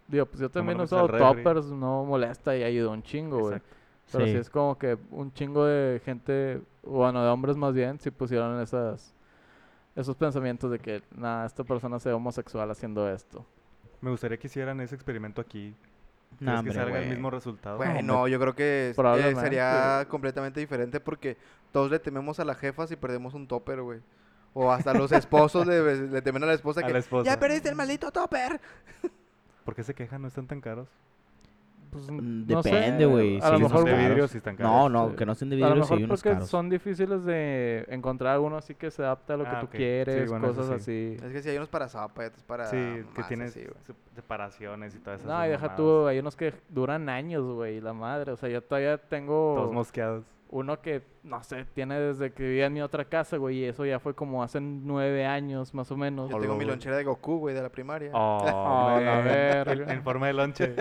[SPEAKER 3] Digo, pues yo también he
[SPEAKER 1] lo metes al
[SPEAKER 3] usado
[SPEAKER 1] refri.
[SPEAKER 3] toppers, no molesta y ayuda un chingo, güey.
[SPEAKER 1] Exacto.
[SPEAKER 3] Pero sí.
[SPEAKER 2] Sí.
[SPEAKER 3] es como que un chingo de gente, bueno, de hombres más bien, si pusieron esas, esos pensamientos de que, nada, esta persona sea homosexual haciendo esto.
[SPEAKER 1] Me gustaría que hicieran ese experimento aquí. ¿Crees
[SPEAKER 2] No,
[SPEAKER 1] que
[SPEAKER 2] hombre,
[SPEAKER 1] salga el
[SPEAKER 2] güey.
[SPEAKER 1] mismo resultado?
[SPEAKER 4] Güey,
[SPEAKER 3] hombre.
[SPEAKER 4] no, yo creo que eh,
[SPEAKER 3] Probablemente,
[SPEAKER 4] sería
[SPEAKER 3] güey.
[SPEAKER 4] completamente diferente porque todos le tememos a la jefa si perdemos un topper, güey. O hasta los esposos le, le temen a la esposa
[SPEAKER 1] A
[SPEAKER 4] que...
[SPEAKER 1] la esposa.
[SPEAKER 4] ¡Ya perdiste el maldito topper!
[SPEAKER 1] ¿Por qué se quejan? No están tan caros.
[SPEAKER 3] Pues,
[SPEAKER 2] Mm,
[SPEAKER 3] no sé,
[SPEAKER 2] Depende, güey.
[SPEAKER 1] Si
[SPEAKER 2] sí,
[SPEAKER 3] A lo
[SPEAKER 2] son
[SPEAKER 3] mejor,
[SPEAKER 1] son de
[SPEAKER 2] caros.
[SPEAKER 1] vidrio, sí están caros.
[SPEAKER 2] No, no,
[SPEAKER 3] sí.
[SPEAKER 2] que no sean de
[SPEAKER 3] a lo
[SPEAKER 2] vidrio, sí,
[SPEAKER 3] mejor
[SPEAKER 2] unos
[SPEAKER 3] porque
[SPEAKER 2] caros.
[SPEAKER 3] son difíciles de encontrar uno así que se adapta a lo que
[SPEAKER 1] Ah,
[SPEAKER 3] tú
[SPEAKER 1] ok. Sí,
[SPEAKER 3] quieres,
[SPEAKER 1] bueno, eso
[SPEAKER 3] cosas así.
[SPEAKER 4] Es que si hay unos para zapatos, para...
[SPEAKER 1] Sí, que
[SPEAKER 4] más
[SPEAKER 1] tienes
[SPEAKER 4] así, Ah, güey.
[SPEAKER 1] se- separaciones y todas esas
[SPEAKER 3] No, y deja
[SPEAKER 1] mamadas.
[SPEAKER 3] tú, hay unos que duran años, güey, la madre. O sea, yo todavía tengo...
[SPEAKER 1] Todos mosqueados.
[SPEAKER 3] Uno que, no sé, tiene desde que vivía en mi otra casa, güey, y eso ya fue como hace nueve años, más o menos.
[SPEAKER 4] Yo tengo mi lonchera de Goku, güey, de la primaria.
[SPEAKER 1] Oh,
[SPEAKER 3] Oh, la
[SPEAKER 1] man. en,
[SPEAKER 3] verga.
[SPEAKER 1] en forma de lonche.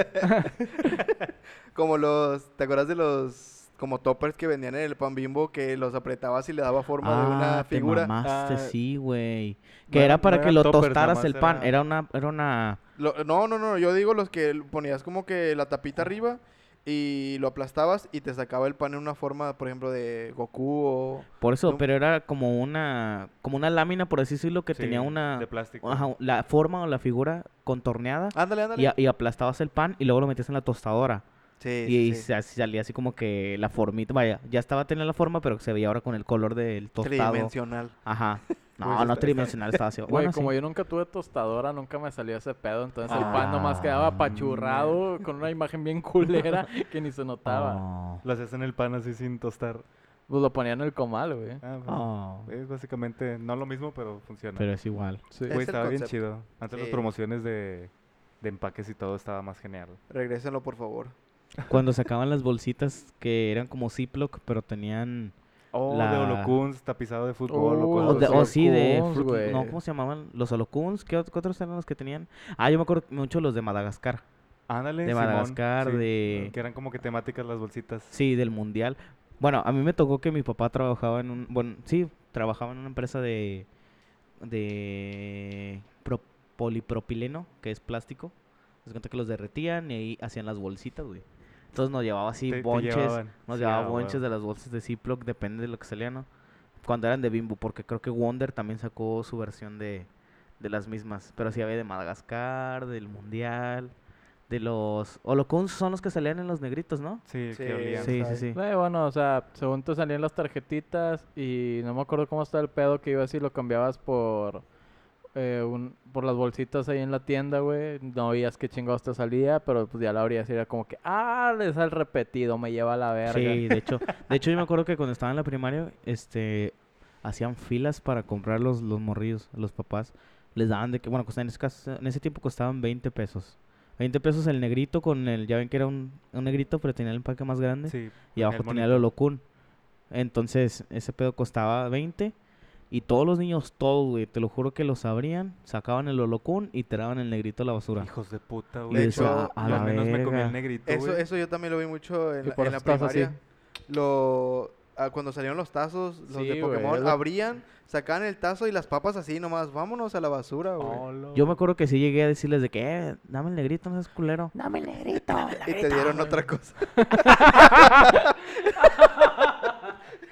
[SPEAKER 4] Como los... ¿Te acuerdas de los... Como toppers que vendían en el pan bimbo que los apretabas y le daba forma de una
[SPEAKER 2] Ah, te
[SPEAKER 4] figura?
[SPEAKER 2] mamaste,
[SPEAKER 1] Ah,
[SPEAKER 2] sí, güey.
[SPEAKER 1] no
[SPEAKER 2] Que
[SPEAKER 1] era-
[SPEAKER 2] era para
[SPEAKER 1] no
[SPEAKER 2] que
[SPEAKER 1] eran
[SPEAKER 2] lo
[SPEAKER 1] toppers, nada
[SPEAKER 2] tostaras
[SPEAKER 1] más
[SPEAKER 2] el pan.
[SPEAKER 1] era-
[SPEAKER 2] Era una... Era una...
[SPEAKER 4] Lo- no, no, no, yo digo los que ponías como que la tapita arriba y lo aplastabas y te sacaba el pan en una forma, por ejemplo, de Goku o...
[SPEAKER 2] Por eso,
[SPEAKER 4] No.
[SPEAKER 2] pero era como una... Como una lámina, por así decirlo, que
[SPEAKER 1] Sí,
[SPEAKER 2] tenía una...
[SPEAKER 1] De plástico.
[SPEAKER 2] ajá, la forma o la figura contorneada.
[SPEAKER 4] Ándale, ándale.
[SPEAKER 2] Y, a- y aplastabas el pan y luego lo metías en la tostadora.
[SPEAKER 4] Sí,
[SPEAKER 2] y
[SPEAKER 4] sí,
[SPEAKER 2] y
[SPEAKER 4] sí.
[SPEAKER 2] se- así salía así como que la formita. Vaya, ya estaba teniendo la forma, pero que se veía ahora con el color del tostado.
[SPEAKER 4] Tridimensional.
[SPEAKER 2] Ajá. No,
[SPEAKER 1] Pues,
[SPEAKER 2] no
[SPEAKER 1] está-
[SPEAKER 2] tridimensional estaba así.
[SPEAKER 3] Güey,
[SPEAKER 2] Bueno,
[SPEAKER 3] como
[SPEAKER 2] sí.
[SPEAKER 3] yo nunca tuve tostadora, nunca me salió ese pedo, entonces el pan nomás quedaba
[SPEAKER 2] Ah,
[SPEAKER 3] apachurrado con una imagen bien culera que ni se notaba.
[SPEAKER 2] Oh,
[SPEAKER 1] Las hacen el pan así sin tostar.
[SPEAKER 3] Pues lo ponía en el comal, güey.
[SPEAKER 1] Ah, pues,
[SPEAKER 2] oh,
[SPEAKER 1] Es básicamente no lo mismo, pero funciona.
[SPEAKER 2] Pero es igual.
[SPEAKER 3] Sí.
[SPEAKER 1] Güey,
[SPEAKER 4] Es el
[SPEAKER 1] estaba bien
[SPEAKER 4] concepto.
[SPEAKER 1] chido. Antes las
[SPEAKER 4] Sí.
[SPEAKER 1] promociones de, de empaques y todo estaba más genial.
[SPEAKER 4] Regrésenlo, por favor.
[SPEAKER 2] Cuando sacaban las bolsitas que eran como Ziploc, pero tenían...
[SPEAKER 1] Oh, de
[SPEAKER 2] La-
[SPEAKER 1] Holocuns, tapizado de fútbol.
[SPEAKER 4] Oh,
[SPEAKER 3] Uh,
[SPEAKER 1] o
[SPEAKER 2] O,
[SPEAKER 1] cosas
[SPEAKER 3] los
[SPEAKER 2] de-
[SPEAKER 1] así.
[SPEAKER 2] o sí, de...
[SPEAKER 3] Holocuns,
[SPEAKER 2] Fruit-
[SPEAKER 3] güey.
[SPEAKER 2] no, ¿cómo se llamaban? Los holocuns. ¿Qué, ot- qué otros eran los que tenían? Ah, yo me acuerdo mucho los de Madagascar.
[SPEAKER 1] Ándale,
[SPEAKER 2] de
[SPEAKER 1] Simón,
[SPEAKER 2] Madagascar, de-
[SPEAKER 1] Que eran como que temáticas las bolsitas.
[SPEAKER 2] Sí, del mundial. Bueno, a mí me tocó que mi papá trabajaba en un... Bueno, sí, trabajaba en una empresa de... De... pro- polipropileno, que es plástico. Se cuenta que los derretían y ahí hacían las bolsitas, güey. Entonces nos llevaba así
[SPEAKER 1] Te- te
[SPEAKER 2] bonches.
[SPEAKER 1] llevaban.
[SPEAKER 2] nos
[SPEAKER 1] Sí,
[SPEAKER 2] llevaba
[SPEAKER 1] ah,
[SPEAKER 2] bonches
[SPEAKER 1] huevo.
[SPEAKER 2] de las bolsas de Ziploc, depende de lo que salía, ¿no? Cuando eran de Bimbo, porque creo que Wonder también sacó su versión de, de las mismas. Pero sí había de Madagascar, del mundial, de los... Holocuns son los que salían en los negritos, ¿no?
[SPEAKER 1] Sí,
[SPEAKER 4] Sí,
[SPEAKER 1] que olían.
[SPEAKER 2] Sí, sí,
[SPEAKER 4] sabe.
[SPEAKER 2] sí.
[SPEAKER 3] Eh, bueno, o sea, según te salían las tarjetitas y no me acuerdo cómo estaba el pedo que iba si lo cambiabas por eh, un, por las bolsitas ahí en la tienda, güey. No veías qué chingados te salía, pero pues ya la abrías y era como que, ah, le sale repetido, me lleva a la verga.
[SPEAKER 2] Sí, de hecho, de hecho yo me acuerdo que cuando estaba en la primaria, este, hacían filas para comprar los, los morrillos, los papás. Les daban de que, bueno, costaban en ese, caso- en ese tiempo costaban 20 pesos. 20 pesos el negrito con el, ya ven que era un, un negrito, pero tenía el empaque más grande.
[SPEAKER 1] Sí,
[SPEAKER 2] y
[SPEAKER 1] tenía
[SPEAKER 2] abajo
[SPEAKER 1] el
[SPEAKER 2] tenía el
[SPEAKER 1] monito.
[SPEAKER 2] holocún. Entonces, ese pedo costaba 20. Y todos los niños, todos, güey, te lo juro que los abrían, sacaban el holocún y tiraban el negrito a la basura.
[SPEAKER 1] Hijos de puta,
[SPEAKER 2] Y
[SPEAKER 1] güey.
[SPEAKER 2] yo
[SPEAKER 4] de
[SPEAKER 2] decía,
[SPEAKER 4] hecho,
[SPEAKER 2] "A
[SPEAKER 1] yo
[SPEAKER 2] la
[SPEAKER 1] al menos me comí
[SPEAKER 2] verga".
[SPEAKER 1] el negrito,
[SPEAKER 4] Eso,
[SPEAKER 1] güey.
[SPEAKER 4] eso yo también lo vi mucho en,
[SPEAKER 3] Y
[SPEAKER 4] la-
[SPEAKER 3] por
[SPEAKER 4] en la
[SPEAKER 3] eso estás así.
[SPEAKER 4] primaria. Lo, ah, cuando salieron los tazos, los de
[SPEAKER 3] Sí, güey,
[SPEAKER 4] Pokémon,
[SPEAKER 3] es lo-
[SPEAKER 4] abrían, sacaban el tazo y las papas así nomás. Vámonos a la basura, güey.
[SPEAKER 1] Hola.
[SPEAKER 2] Yo me acuerdo que sí llegué a decirles de que, "Eh, dame el negrito, no seas culero.
[SPEAKER 4] y te dieron otra cosa.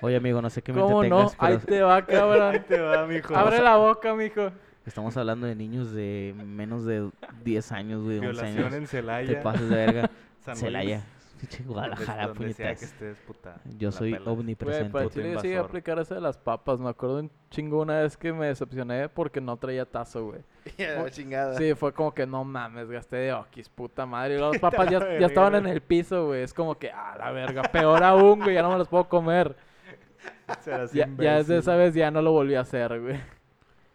[SPEAKER 2] Oye, amigo, no sé qué
[SPEAKER 3] ¿Cómo
[SPEAKER 2] mente
[SPEAKER 3] no?
[SPEAKER 2] tengas,
[SPEAKER 3] Ahí
[SPEAKER 2] pero
[SPEAKER 3] te va, cabrón.
[SPEAKER 1] Te va, mijo.
[SPEAKER 3] Abre la boca, mijo.
[SPEAKER 2] estamos hablando de niños de menos de 10 años, güey, 11
[SPEAKER 1] Violación
[SPEAKER 2] años.
[SPEAKER 1] en Celaya.
[SPEAKER 2] Te pasas de verga.
[SPEAKER 1] San Luis,
[SPEAKER 2] Celaya. Pinche
[SPEAKER 1] donde-
[SPEAKER 2] Guadalajara,
[SPEAKER 1] donde sea que
[SPEAKER 2] puñetas.
[SPEAKER 1] estés, puta,
[SPEAKER 2] Yo
[SPEAKER 1] la
[SPEAKER 2] soy
[SPEAKER 1] pelas.
[SPEAKER 3] Güey,
[SPEAKER 2] omnipresente.
[SPEAKER 3] para el
[SPEAKER 1] Puto
[SPEAKER 3] chile yo sí llegué a
[SPEAKER 1] invasor.
[SPEAKER 3] aplicar esa de las papas. Me acuerdo un chingo una vez que me decepcioné porque no traía tazo, güey.
[SPEAKER 4] Y a la chingada.
[SPEAKER 3] Sí, fue como que no mames, gasté de okis, puta madre. Y los papas ya,
[SPEAKER 1] verga,
[SPEAKER 3] ya estaban en
[SPEAKER 1] güey.
[SPEAKER 3] "Ah, el piso, güey. Es como que, a la verga, peor aún, güey, ya no me los puedo comer.
[SPEAKER 1] Será así
[SPEAKER 3] Ya, ya desde esa
[SPEAKER 1] imbécil.
[SPEAKER 3] vez ya no lo volví a hacer, güey.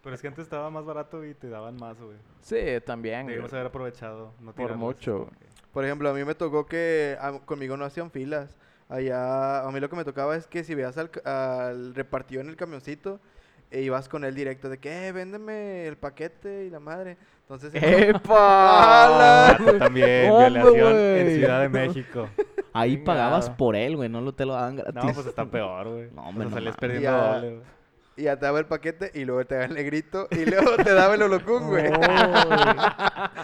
[SPEAKER 1] Pero es que antes estaba más barato y te daban más, güey.
[SPEAKER 3] Sí, también, güey.
[SPEAKER 1] Debimos haber aprovechado. No
[SPEAKER 3] Por
[SPEAKER 1] tirarlas,
[SPEAKER 3] mucho,
[SPEAKER 1] como
[SPEAKER 3] güey.
[SPEAKER 1] que-
[SPEAKER 4] Por ejemplo, a mí me tocó que ah, conmigo no hacían filas. Allá, a mí lo que me tocaba es que si veías al, ca- al repartido en el camioncito, e ibas con él directo de que, eh, véndeme el paquete y la madre. Entonces,
[SPEAKER 3] pues, Eh.
[SPEAKER 2] ¡Epa!
[SPEAKER 1] Ah, tú también,
[SPEAKER 3] Hombre,
[SPEAKER 1] violación
[SPEAKER 3] güey.
[SPEAKER 1] en Ciudad de México.
[SPEAKER 2] Ahí
[SPEAKER 3] Chingado.
[SPEAKER 2] pagabas por él, güey, no lo te lo daban gratis.
[SPEAKER 1] No, pues está peor, güey.
[SPEAKER 2] No,
[SPEAKER 1] No, hombre,
[SPEAKER 2] hombre,
[SPEAKER 1] o
[SPEAKER 2] no
[SPEAKER 1] sea, salías
[SPEAKER 2] mames.
[SPEAKER 1] perdiendo
[SPEAKER 4] Ya.
[SPEAKER 1] doble, güey.
[SPEAKER 4] y ya te daba el paquete y luego te daba el negrito y luego te daba el holocún, güey.
[SPEAKER 3] Oh,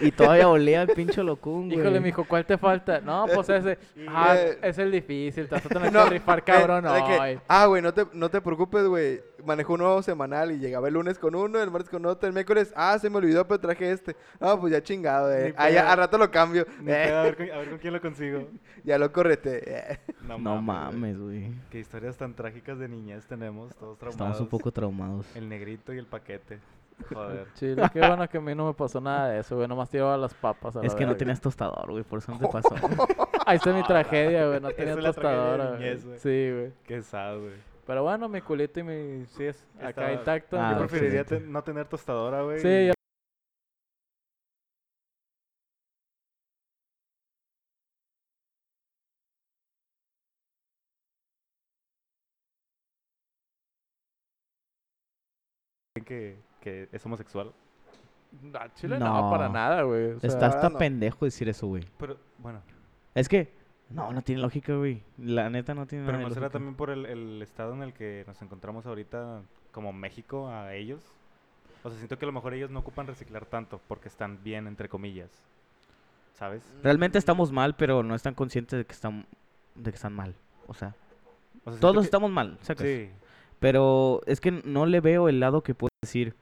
[SPEAKER 2] y todavía olía el pinche locún, güey.
[SPEAKER 3] Híjole, mijo, ¿cuál te falta? No, pues ese. Ah,
[SPEAKER 4] eh,
[SPEAKER 3] es el difícil. Te vas a tener
[SPEAKER 4] No,
[SPEAKER 3] que rifar,
[SPEAKER 4] eh,
[SPEAKER 3] cabrón.
[SPEAKER 4] de que,
[SPEAKER 3] ay.
[SPEAKER 4] ah, güey, no te, no te preocupes, güey. Manejo uno semanal y llegaba el lunes con uno, el martes con otro, el miércoles. Ah, se me olvidó, pero traje este. No, pues ya chingado, eh.
[SPEAKER 1] Ni
[SPEAKER 4] Ah, ya,
[SPEAKER 1] pedo.
[SPEAKER 4] al rato lo cambio.
[SPEAKER 1] Ni
[SPEAKER 4] Eh,
[SPEAKER 1] pedo, a, ver con, a ver con quién lo consigo.
[SPEAKER 4] ya lo eh. correte.
[SPEAKER 2] No
[SPEAKER 1] güey.
[SPEAKER 2] mames, güey.
[SPEAKER 1] Qué historias tan trágicas de niñez tenemos, todos traumados.
[SPEAKER 2] Estamos un poco traumados.
[SPEAKER 1] El negrito y el paquete. Joder.
[SPEAKER 3] Chile, qué bueno que a mí no me pasó nada de eso, güey. Nomás tiraba las papas. a la
[SPEAKER 2] Es que no
[SPEAKER 3] verga.
[SPEAKER 2] tenías tostador, güey, por eso no te pasó.
[SPEAKER 3] Ahí está mi tragedia, güey. No tenía
[SPEAKER 1] es la tragedia de
[SPEAKER 3] tostadora. güey.
[SPEAKER 1] niñez, güey.
[SPEAKER 3] Sí, güey.
[SPEAKER 1] Qué sad, güey.
[SPEAKER 3] Pero bueno, mi culito y mi. Sí, es acá
[SPEAKER 1] Estaba-
[SPEAKER 3] intacto.
[SPEAKER 2] Ah,
[SPEAKER 1] Yo preferiría
[SPEAKER 2] excelente.
[SPEAKER 1] ten- no tener tostadora, güey.
[SPEAKER 3] Sí, yo-
[SPEAKER 1] y Que, que es homosexual.
[SPEAKER 3] Al Chile no,
[SPEAKER 2] No.
[SPEAKER 3] para nada, güey. O sea,
[SPEAKER 2] Está hasta
[SPEAKER 4] no.
[SPEAKER 2] pendejo decir eso, güey.
[SPEAKER 1] Pero, bueno,
[SPEAKER 2] Es que, no, no tiene lógica, güey. La neta no tiene
[SPEAKER 1] pero
[SPEAKER 2] nada
[SPEAKER 1] no
[SPEAKER 2] de
[SPEAKER 1] será
[SPEAKER 2] lógica.
[SPEAKER 1] también por el, el estado en el que nos encontramos ahorita como México a ellos. O sea, siento que a lo mejor ellos no ocupan reciclar tanto porque están bien, entre comillas. ¿Sabes?
[SPEAKER 2] Realmente estamos mal, pero no están conscientes de que están, de que están mal. O sea,
[SPEAKER 1] O sea, siento
[SPEAKER 2] todos
[SPEAKER 1] que-
[SPEAKER 2] estamos mal, sacas.
[SPEAKER 1] Sí.
[SPEAKER 2] Pero es que no le veo el lado que puede decir,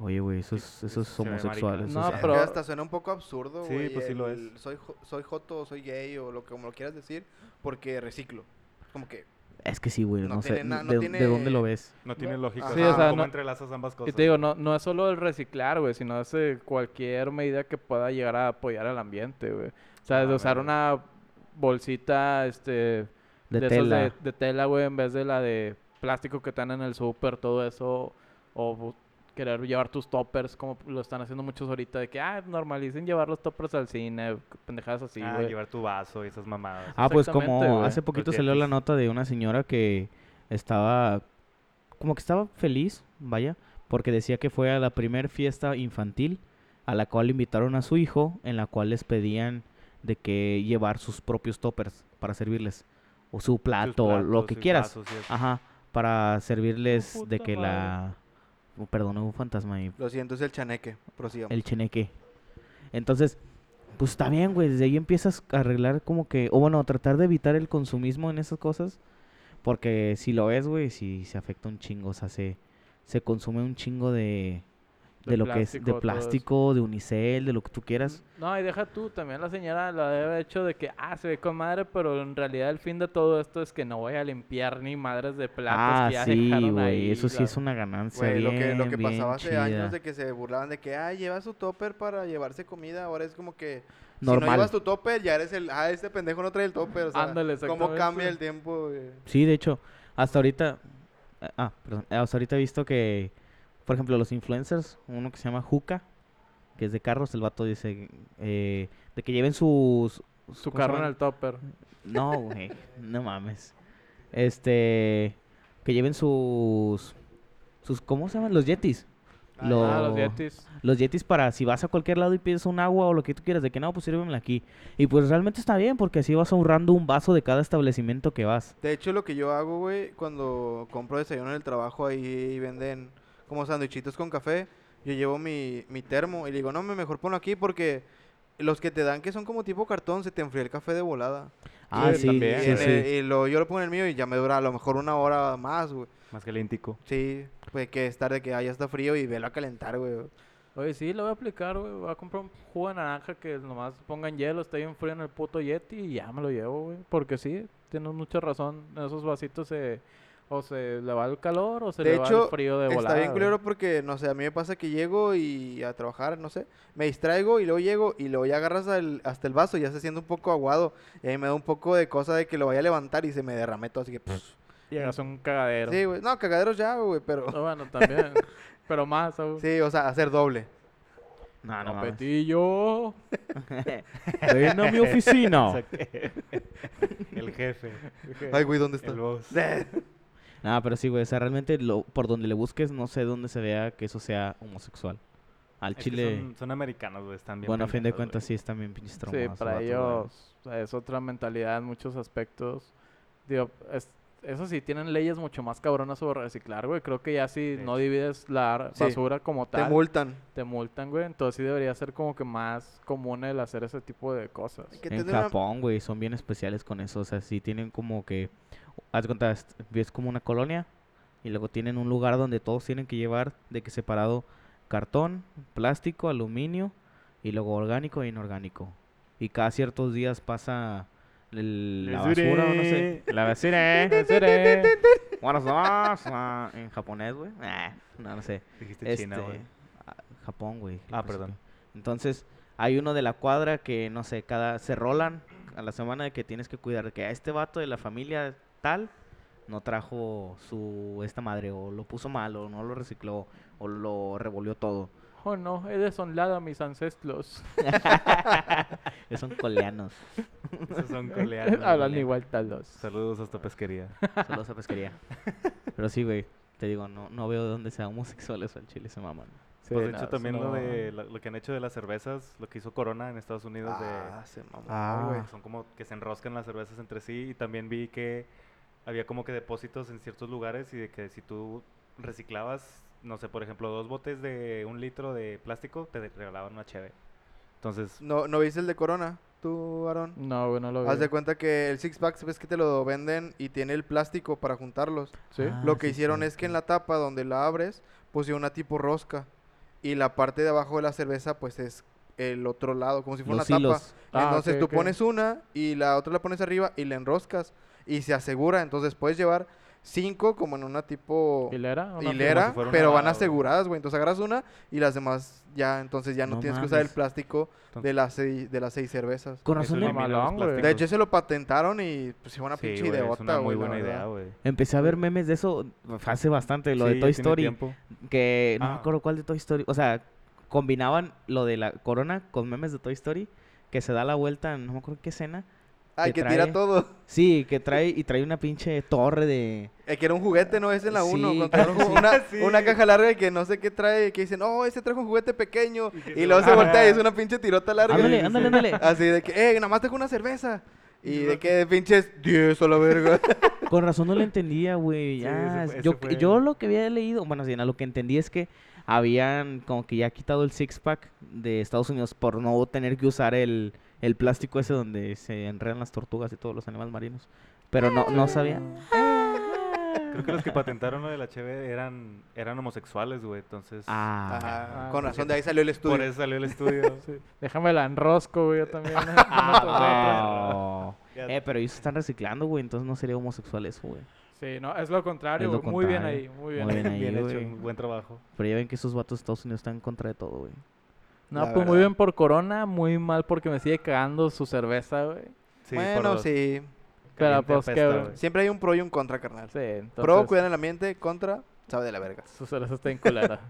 [SPEAKER 2] oye, güey, eso es, eso es
[SPEAKER 1] se ve
[SPEAKER 2] homosexual.
[SPEAKER 1] marica".
[SPEAKER 2] eso
[SPEAKER 3] No,
[SPEAKER 2] es-
[SPEAKER 4] Es que
[SPEAKER 3] pero-
[SPEAKER 4] hasta suena un poco absurdo,
[SPEAKER 1] Sí,
[SPEAKER 4] güey.
[SPEAKER 1] pues sí lo
[SPEAKER 4] el
[SPEAKER 1] es.
[SPEAKER 4] Soy, jo- soy joto, o soy gay o lo que como lo quieras decir, porque reciclo. Como que
[SPEAKER 2] Es que sí, güey, no,
[SPEAKER 4] No
[SPEAKER 2] sé.
[SPEAKER 4] tiene na- no
[SPEAKER 2] de,
[SPEAKER 4] tiene-
[SPEAKER 2] de dónde lo ves?
[SPEAKER 1] No ah, tiene
[SPEAKER 4] No,
[SPEAKER 1] lógica.
[SPEAKER 4] ajá.
[SPEAKER 1] Sí, o sea,
[SPEAKER 3] no-
[SPEAKER 1] ¿Cómo entrelazas ambas cosas?
[SPEAKER 3] Y te digo, no, no es solo el reciclar, güey, sino es eh, cualquier medida que pueda llegar a apoyar al ambiente, güey. O sea, de
[SPEAKER 1] Ah,
[SPEAKER 3] usar
[SPEAKER 1] verga.
[SPEAKER 3] una bolsita, este,
[SPEAKER 2] De,
[SPEAKER 3] esos
[SPEAKER 2] tela.
[SPEAKER 3] de, de tela, güey, en vez de la de plástico que están en el súper, todo eso, o bu- querer llevar tus toppers, como lo están haciendo muchos ahorita, de que, ah, normalicen llevar los toppers al cine, pendejadas así,
[SPEAKER 1] ah,
[SPEAKER 3] güey.
[SPEAKER 1] llevar tu vaso y esas mamadas.
[SPEAKER 2] Ah, pues como
[SPEAKER 3] Exactamente, güey.
[SPEAKER 2] hace poquito salió la
[SPEAKER 1] Croquetas.
[SPEAKER 2] nota de una señora que estaba, como que estaba feliz, vaya, porque decía que fue a la primer fiesta infantil a la cual invitaron a su hijo, en la cual les pedían de que llevar sus propios toppers para servirles, o su
[SPEAKER 1] Sus
[SPEAKER 2] plato, o lo
[SPEAKER 1] platos,
[SPEAKER 2] que
[SPEAKER 1] sus
[SPEAKER 2] quieras, Ah.
[SPEAKER 1] vasos y eso.
[SPEAKER 2] ajá, para servirles de
[SPEAKER 3] puta
[SPEAKER 2] que
[SPEAKER 3] madre.
[SPEAKER 2] la... Oh, Perdón, hubo un fantasma ahí.
[SPEAKER 4] lo siento, es el chaneque. Prosigamos.
[SPEAKER 2] El cheneque. Entonces, pues está bien, güey. Desde ahí empiezas a arreglar como que... O bueno, tratar de evitar el consumismo en esas cosas. Porque si lo es, güey, si se afecta un chingo. O sea, se, se consume un chingo de...
[SPEAKER 3] De
[SPEAKER 2] De, lo que es
[SPEAKER 3] plástico,
[SPEAKER 2] de
[SPEAKER 3] todo eso.
[SPEAKER 2] plástico, de unicel, de lo que tú quieras.
[SPEAKER 3] No, y deja tú, también la señora la debe haber hecho de que, ah, se ve con madre, pero en realidad el fin de todo esto es que no voy a limpiar ni madres de platos
[SPEAKER 2] ah,
[SPEAKER 3] que ya
[SPEAKER 2] sí,
[SPEAKER 3] dejaron
[SPEAKER 2] güey.
[SPEAKER 3] ahí,
[SPEAKER 2] Eso sí
[SPEAKER 3] la-
[SPEAKER 2] es una ganancia.
[SPEAKER 4] Güey, lo que,
[SPEAKER 2] bien,
[SPEAKER 4] lo que
[SPEAKER 2] bien
[SPEAKER 4] pasaba hace
[SPEAKER 2] chida.
[SPEAKER 4] años de que se burlaban de que, ah, lleva su topper para llevarse comida. Ahora es como que, si no
[SPEAKER 2] Normal.
[SPEAKER 4] llevas tu topper, ya eres el, ah, este pendejo no trae el topper. O sea,
[SPEAKER 3] Ándale,
[SPEAKER 4] ¿cómo
[SPEAKER 3] exactamente.
[SPEAKER 4] cambia el tiempo, güey?
[SPEAKER 2] Sí, de hecho, hasta ahorita. eh, Ah, perdón. eh, Hasta ahorita he visto que, por ejemplo, los influencers, uno que se llama Juca, que es de carros, el vato dice eh, de que lleven sus.
[SPEAKER 3] Su
[SPEAKER 2] ¿cómo se
[SPEAKER 3] carro en
[SPEAKER 2] llaman?
[SPEAKER 3] el topper.
[SPEAKER 2] No, güey, no mames. Este. Que lleven sus. sus ¿Cómo se llaman? Los Yetis. Lo-
[SPEAKER 3] Ah, los Yetis.
[SPEAKER 2] Los Yetis para si vas a cualquier lado y pides un agua o lo que tú quieras, de que no, pues sírvemela aquí. Y pues realmente está bien, porque así vas ahorrando un vaso de cada establecimiento que vas.
[SPEAKER 4] De hecho, lo que yo hago, güey, cuando compro desayuno en el trabajo, ahí venden como sandwichitos con café. Yo llevo mi, mi termo y le digo, no, me mejor ponlo aquí porque los que te dan que son como tipo cartón, se te enfría el café de volada.
[SPEAKER 2] Ah, sí,
[SPEAKER 4] Y,
[SPEAKER 1] también,
[SPEAKER 2] sí,
[SPEAKER 4] en
[SPEAKER 2] sí.
[SPEAKER 4] el- y lo, yo lo pongo en el mío y ya me dura a lo mejor una hora más, güey.
[SPEAKER 1] Más calientico.
[SPEAKER 4] Sí, pues que es tarde, que ah, ya está frío y velo a calentar, güey.
[SPEAKER 3] Oye, sí, lo voy a aplicar, güey. Voy a comprar un jugo de naranja que nomás pongan hielo, esté bien frío en el puto Yeti y ya me lo llevo, güey. Porque sí, tienes mucha razón. En esos vasitos se... O se le va el calor o se
[SPEAKER 4] De
[SPEAKER 3] le va el
[SPEAKER 4] hecho,
[SPEAKER 3] frío de volada.
[SPEAKER 4] Está bien
[SPEAKER 3] güey.
[SPEAKER 4] culero porque, no sé, a mí me pasa que llego y a trabajar, no sé, me distraigo y luego llego y luego ya agarras al- hasta el vaso y ya se siente un poco aguado. Y ahí me da un poco de cosa de que lo vaya a levantar y se me derrame todo, así que... pff,
[SPEAKER 3] Y hagas un cagadero.
[SPEAKER 4] Sí, güey. No, cagaderos ya, güey,
[SPEAKER 3] Ah,
[SPEAKER 4] pero.
[SPEAKER 3] bueno, también. Pero más aún.
[SPEAKER 4] Sí, o sea, hacer doble.
[SPEAKER 2] No, no mames.
[SPEAKER 3] Petillo.
[SPEAKER 2] Ven a mi oficina.
[SPEAKER 1] Exacto. El jefe.
[SPEAKER 4] Ay, güey, ¿dónde está?
[SPEAKER 1] El boss.
[SPEAKER 2] Nada, pero sí, güey. O sea, realmente lo, por donde le busques, no sé dónde se vea que eso sea homosexual. Al
[SPEAKER 1] Es que
[SPEAKER 2] Chile,
[SPEAKER 1] Son, son americanos, güey. Están bien.
[SPEAKER 2] bueno, a fin de
[SPEAKER 1] pendejos, güey.
[SPEAKER 2] cuentas, sí están bien pinches
[SPEAKER 3] Sí,
[SPEAKER 2] traumados los
[SPEAKER 3] para
[SPEAKER 2] vatos, güey.
[SPEAKER 3] ellos o sea, es otra mentalidad en muchos aspectos. Digo, es- eso sí, tienen leyes mucho más cabronas sobre reciclar, güey. Creo que ya si
[SPEAKER 1] De
[SPEAKER 3] no
[SPEAKER 1] hecho.
[SPEAKER 3] divides la
[SPEAKER 4] Sí.
[SPEAKER 3] basura como
[SPEAKER 4] Te
[SPEAKER 3] tal, te,
[SPEAKER 4] multan.
[SPEAKER 3] multan, güey. Entonces sí debería ser como que más común el hacer ese tipo de cosas.
[SPEAKER 4] Hay que
[SPEAKER 2] En
[SPEAKER 4] tener una-
[SPEAKER 2] Japón, güey, son bien especiales con eso. O sea, sí tienen como que. Haz de cuenta, est- ves como una colonia. Y luego tienen un lugar donde todos tienen que llevar de que separado cartón, plástico, aluminio. Y luego orgánico e inorgánico. Y cada ciertos días pasa el- la
[SPEAKER 3] Basura.
[SPEAKER 2] basura, o no sé. La basura, ¿eh?
[SPEAKER 3] Seré.
[SPEAKER 2] Buenos días, ah, En japonés, güey. Ah, no, no sé.
[SPEAKER 1] Dijiste China,
[SPEAKER 2] Este,
[SPEAKER 1] güey.
[SPEAKER 2] ah, Japón, güey.
[SPEAKER 1] Ah,
[SPEAKER 2] no sé
[SPEAKER 1] perdón.
[SPEAKER 2] qué. Entonces, hay uno de la cuadra que, no sé, cada se rolan a la semana de que tienes que cuidar de que a este vato de la familia tal no trajo su esta madre o lo puso mal o no lo recicló o lo revolvió todo.
[SPEAKER 3] Oh no, he deshonrado a mis ancestros.
[SPEAKER 2] Esos son coleanos.
[SPEAKER 1] Esos son coleanos.
[SPEAKER 3] Hablan
[SPEAKER 1] güey.
[SPEAKER 3] igual talos.
[SPEAKER 1] Saludos hasta pesquería.
[SPEAKER 2] Saludos a pesquería. Pero sí, güey. Te digo, no, no veo de dónde sea homosexuales al chile se maman.
[SPEAKER 3] Sí,
[SPEAKER 1] Pues de
[SPEAKER 3] no,
[SPEAKER 1] hecho
[SPEAKER 3] eso
[SPEAKER 1] también
[SPEAKER 3] no.
[SPEAKER 1] lo de la- lo que han hecho de las cervezas, lo que hizo Corona en Estados Unidos
[SPEAKER 4] Ah,
[SPEAKER 1] de
[SPEAKER 4] se mamó,
[SPEAKER 2] Ah,
[SPEAKER 4] güey.
[SPEAKER 1] que son como que se enroscan las cervezas entre sí y también vi que había como que depósitos en ciertos lugares y de que si tú reciclabas, no sé, por ejemplo, dos botes de un litro de plástico, te de- regalaban una cheve. Entonces,
[SPEAKER 4] ¿No, ¿No viste el de Corona, tú, Aaron?
[SPEAKER 3] No, güey, no lo
[SPEAKER 4] Haz
[SPEAKER 3] vi.
[SPEAKER 4] de cuenta que el six pack, ves que te lo venden y tiene el plástico para juntarlos.
[SPEAKER 3] Sí.
[SPEAKER 2] Ah,
[SPEAKER 4] lo que
[SPEAKER 2] sí,
[SPEAKER 4] hicieron es que en la tapa donde la abres, pusieron una tipo rosca. Y la parte de abajo de la cerveza, pues es el otro lado, como si fuera
[SPEAKER 2] Los
[SPEAKER 4] una tapa.
[SPEAKER 2] hilos.
[SPEAKER 3] Ah,
[SPEAKER 4] Entonces
[SPEAKER 3] ok,
[SPEAKER 4] tú
[SPEAKER 3] ok.
[SPEAKER 4] pones una y la otra la pones arriba y la enroscas. Y se asegura. Entonces puedes llevar cinco como en una tipo
[SPEAKER 3] ¿Hilera? ¿Una
[SPEAKER 4] hilera,
[SPEAKER 1] si fuera una
[SPEAKER 4] pero
[SPEAKER 1] vara,
[SPEAKER 4] van
[SPEAKER 1] güey.
[SPEAKER 4] aseguradas, güey. Entonces agarras una y las demás ya, entonces ya no,
[SPEAKER 2] No
[SPEAKER 4] tienes que usar el
[SPEAKER 2] mames.
[SPEAKER 4] plástico
[SPEAKER 1] Entonces-
[SPEAKER 4] de las seis, de las seis cervezas.
[SPEAKER 2] Con
[SPEAKER 1] eso
[SPEAKER 2] razón, le-
[SPEAKER 1] elimina los
[SPEAKER 3] Mamalón, güey.
[SPEAKER 1] plásticos.
[SPEAKER 4] De hecho, se lo patentaron y pues fue una
[SPEAKER 1] Sí,
[SPEAKER 4] pinche
[SPEAKER 1] güey, es
[SPEAKER 4] ideota,
[SPEAKER 1] una muy
[SPEAKER 4] güey, la
[SPEAKER 1] buena idea,
[SPEAKER 4] verdad.
[SPEAKER 1] güey.
[SPEAKER 2] empecé a ver memes de eso hace bastante, lo
[SPEAKER 1] Sí,
[SPEAKER 2] de Toy
[SPEAKER 1] tiene
[SPEAKER 2] Story.
[SPEAKER 1] tiempo.
[SPEAKER 2] Que no me
[SPEAKER 1] Ah.
[SPEAKER 2] acuerdo cuál de Toy Story. O sea, combinaban lo de la corona con memes de Toy Story. Que se da la vuelta, no me acuerdo qué escena.
[SPEAKER 4] Ay,
[SPEAKER 2] que
[SPEAKER 4] que tira
[SPEAKER 2] trae-
[SPEAKER 4] todo.
[SPEAKER 2] Sí, que trae y trae una pinche torre de.
[SPEAKER 4] El Eh, que era un juguete, ¿no? Es en la
[SPEAKER 2] Sí,
[SPEAKER 4] 1.
[SPEAKER 2] claro que sí.
[SPEAKER 4] una,
[SPEAKER 1] Sí.
[SPEAKER 4] una caja larga y que no sé qué trae. Que dicen, oh, ese trajo un juguete pequeño.
[SPEAKER 1] Y que
[SPEAKER 4] Y,
[SPEAKER 1] se
[SPEAKER 4] luego
[SPEAKER 1] lo
[SPEAKER 4] se voltea y es
[SPEAKER 1] agarra.
[SPEAKER 4] una pinche tirota larga.
[SPEAKER 2] Ándale, ándale, ándale.
[SPEAKER 4] Así de que, eh, nada más tengo una cerveza. Y
[SPEAKER 1] Y
[SPEAKER 4] de
[SPEAKER 1] lo-
[SPEAKER 4] que pinches 10 a la verga.
[SPEAKER 2] Con razón no lo entendía, güey.
[SPEAKER 1] Sí,
[SPEAKER 2] ya,
[SPEAKER 1] ese fue-
[SPEAKER 2] yo,
[SPEAKER 1] ese fue
[SPEAKER 2] yo
[SPEAKER 1] el-
[SPEAKER 2] lo que había leído, bueno, sí, no, lo que entendí es que habían como que ya quitado el six pack de Estados Unidos por no tener que usar el, el plástico ese donde se enredan las tortugas y todos los animales marinos. Pero no, no sabía.
[SPEAKER 1] Creo que los que patentaron lo de la cheve eran, eran homosexuales, güey. Entonces,
[SPEAKER 2] Ah,
[SPEAKER 4] Ajá,
[SPEAKER 3] Ah,
[SPEAKER 4] Con
[SPEAKER 3] porque-
[SPEAKER 4] razón, de ahí salió el estudio.
[SPEAKER 1] por eso salió el estudio.
[SPEAKER 3] Sí. Déjame la enrosco, güey, yo también.
[SPEAKER 2] Ah,
[SPEAKER 1] Ya-
[SPEAKER 2] pues, Eh, pero ellos están reciclando, güey, entonces no sería homosexual eso, güey.
[SPEAKER 3] Sí, no, es lo contrario,
[SPEAKER 2] Es lo
[SPEAKER 3] güey. Muy bien ahí,
[SPEAKER 2] contrario.
[SPEAKER 3] muy bien.
[SPEAKER 2] Muy
[SPEAKER 3] ahí.
[SPEAKER 2] bien ahí,
[SPEAKER 1] Bien hecho,
[SPEAKER 2] güey.
[SPEAKER 1] buen trabajo.
[SPEAKER 2] Pero ya ven que esos vatos de Estados Unidos están en contra de todo, güey.
[SPEAKER 3] No,
[SPEAKER 4] La
[SPEAKER 3] pues muy
[SPEAKER 4] verdad.
[SPEAKER 3] bien por Corona, muy mal porque me sigue cagando su cerveza, güey.
[SPEAKER 1] Sí, por
[SPEAKER 4] bueno,
[SPEAKER 1] dos.
[SPEAKER 4] sí.
[SPEAKER 3] Pero
[SPEAKER 1] Caliente
[SPEAKER 3] pues
[SPEAKER 1] apesta,
[SPEAKER 3] que...
[SPEAKER 1] güey.
[SPEAKER 3] Sí,
[SPEAKER 4] Siempre hay un pro y un contra, carnal.
[SPEAKER 3] entonces...
[SPEAKER 4] Pro, cuidar el ambiente. Contra, sabe de la verga.
[SPEAKER 3] Su cerveza está en culera.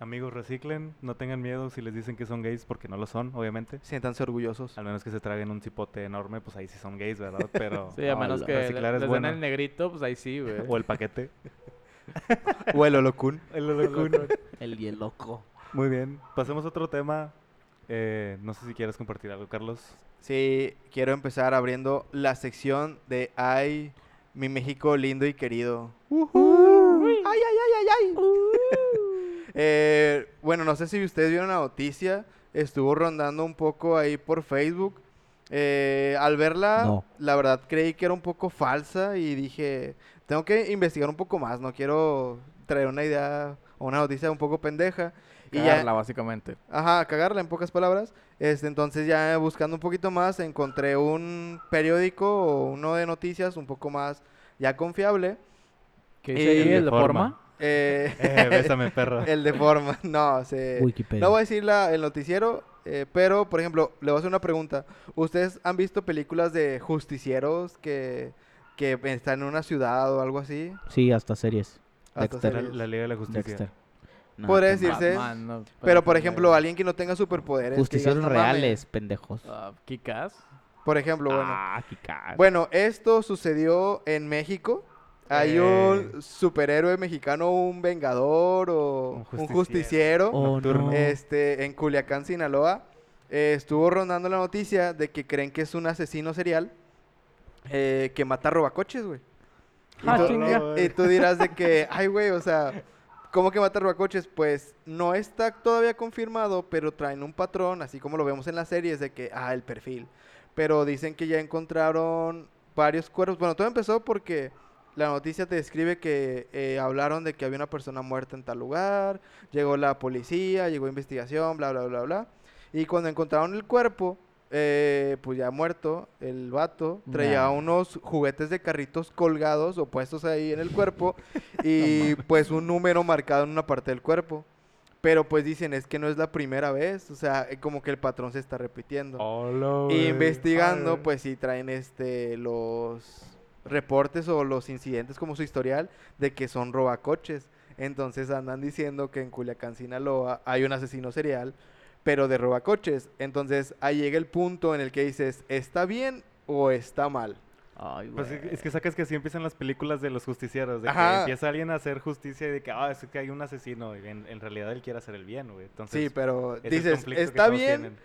[SPEAKER 1] Amigos, reciclen, no tengan miedo si les dicen que son gays, porque no lo son, obviamente.
[SPEAKER 4] Siéntanse orgullosos.
[SPEAKER 1] Al menos que se traguen un cipote enorme, pues ahí sí son gays, ¿verdad? Pero...
[SPEAKER 3] Sí, a menos
[SPEAKER 2] Hola.
[SPEAKER 3] que le- les
[SPEAKER 1] Reciclar es
[SPEAKER 3] den
[SPEAKER 1] bueno.
[SPEAKER 3] el negrito, pues ahí sí, güey.
[SPEAKER 1] O el paquete.
[SPEAKER 4] O el holocún.
[SPEAKER 1] El Olocún.
[SPEAKER 2] El bien loco.
[SPEAKER 1] Muy bien. Pasemos a otro tema. Eh, no sé si quieres compartir algo, Carlos.
[SPEAKER 4] Sí, quiero empezar abriendo la sección de Ay, mi México lindo y querido. Ay, ay, ay, ay, ay. Eh, bueno, no sé si ustedes vieron la noticia. Estuvo rondando un poco ahí por Facebook. Eh, al verla,
[SPEAKER 2] No.
[SPEAKER 4] la verdad creí que era un poco falsa y dije, tengo que investigar un poco más. No quiero traer una idea o una noticia un poco pendeja. Y ya,
[SPEAKER 3] Cagarla, básicamente.
[SPEAKER 4] Ajá, cagarla en pocas palabras. Este, entonces ya buscando un poquito más encontré un periódico o uno de noticias un poco más ya confiable.
[SPEAKER 3] ¿Qué
[SPEAKER 4] Y-
[SPEAKER 3] dice ahí?
[SPEAKER 4] El de
[SPEAKER 3] ¿El de forma?
[SPEAKER 4] Eh,
[SPEAKER 1] Eh, bésame, perro.
[SPEAKER 4] el de forma, no sé.
[SPEAKER 2] Wikipedia.
[SPEAKER 4] No voy a decir la- el noticiero, eh, pero por ejemplo, le voy a hacer una pregunta. ¿Ustedes han visto películas de justicieros que que está en una ciudad o algo así.
[SPEAKER 2] Sí, hasta series.
[SPEAKER 4] hasta
[SPEAKER 2] Dexter.
[SPEAKER 1] La,
[SPEAKER 4] series.
[SPEAKER 1] la Liga de la Justicia.
[SPEAKER 2] Dexter. No,
[SPEAKER 4] Podría
[SPEAKER 2] qué mal.
[SPEAKER 4] decirse- Entonces,
[SPEAKER 3] Batman, Ah, no,
[SPEAKER 4] Pero,
[SPEAKER 3] parece
[SPEAKER 4] por
[SPEAKER 3] que-
[SPEAKER 4] ejemplo, alguien que no tenga superpoderes. que
[SPEAKER 2] Justicieros
[SPEAKER 4] digas, "No mames".
[SPEAKER 2] reales, pendejos.
[SPEAKER 3] Ah, Kick-Ass.
[SPEAKER 4] Por ejemplo, bueno.
[SPEAKER 2] Ah, qué caro.
[SPEAKER 4] Bueno, esto sucedió en México. Hay
[SPEAKER 1] Eh.
[SPEAKER 4] un superhéroe mexicano, un vengador o
[SPEAKER 1] Un
[SPEAKER 4] un justiciero.
[SPEAKER 2] Oh,
[SPEAKER 1] Nocturno.
[SPEAKER 2] no.
[SPEAKER 4] Este, en Culiacán, Sinaloa, eh, estuvo rondando la noticia de que creen que es un asesino serial eh, que mata robacoches, güey. Y,
[SPEAKER 3] Ah,
[SPEAKER 4] tú-
[SPEAKER 3] chinga.
[SPEAKER 4] y- y tú dirás de que, ay, güey, o sea, ¿cómo que mata robacoches? Pues no está todavía confirmado, pero traen un patrón, así como lo vemos en las series, de que, ah, el perfil. Pero dicen que ya encontraron varios cuerpos. Bueno, todo empezó porque la noticia te describe que eh, hablaron de que había una persona muerta en tal lugar, llegó la policía, llegó investigación, bla, bla, bla, bla. Y cuando encontraron el cuerpo, eh, pues ya muerto, el vato traía
[SPEAKER 3] Nah.
[SPEAKER 4] unos juguetes de carritos colgados o puestos ahí en el cuerpo y pues un número marcado en una parte del cuerpo. Pero pues dicen, es que no es la primera vez, o sea, eh, como que el patrón se está repitiendo.
[SPEAKER 1] Hola,
[SPEAKER 4] Y
[SPEAKER 1] güey.
[SPEAKER 4] investigando,
[SPEAKER 1] Ay,
[SPEAKER 4] pues sí traen este los reportes o los incidentes como su historial de que son robacoches. Entonces andan diciendo que en Culiacán, Sinaloa, hay un asesino serial, pero de robacoches. Entonces ahí llega el punto en el que dices, ¿está bien o está mal?
[SPEAKER 2] Ay,
[SPEAKER 1] Pues
[SPEAKER 2] güey.
[SPEAKER 1] es, es que sacas que así empiezan las películas de los justicieros, de que
[SPEAKER 4] Ajá.
[SPEAKER 1] empieza alguien a hacer justicia y de que, ah, es que hay un asesino, y en, en realidad él quiere hacer el bien, güey. Entonces,
[SPEAKER 4] sí, pero
[SPEAKER 1] es el
[SPEAKER 4] dices,
[SPEAKER 1] conflicto que
[SPEAKER 4] ¿está
[SPEAKER 1] todos
[SPEAKER 4] bien?
[SPEAKER 1] tienen.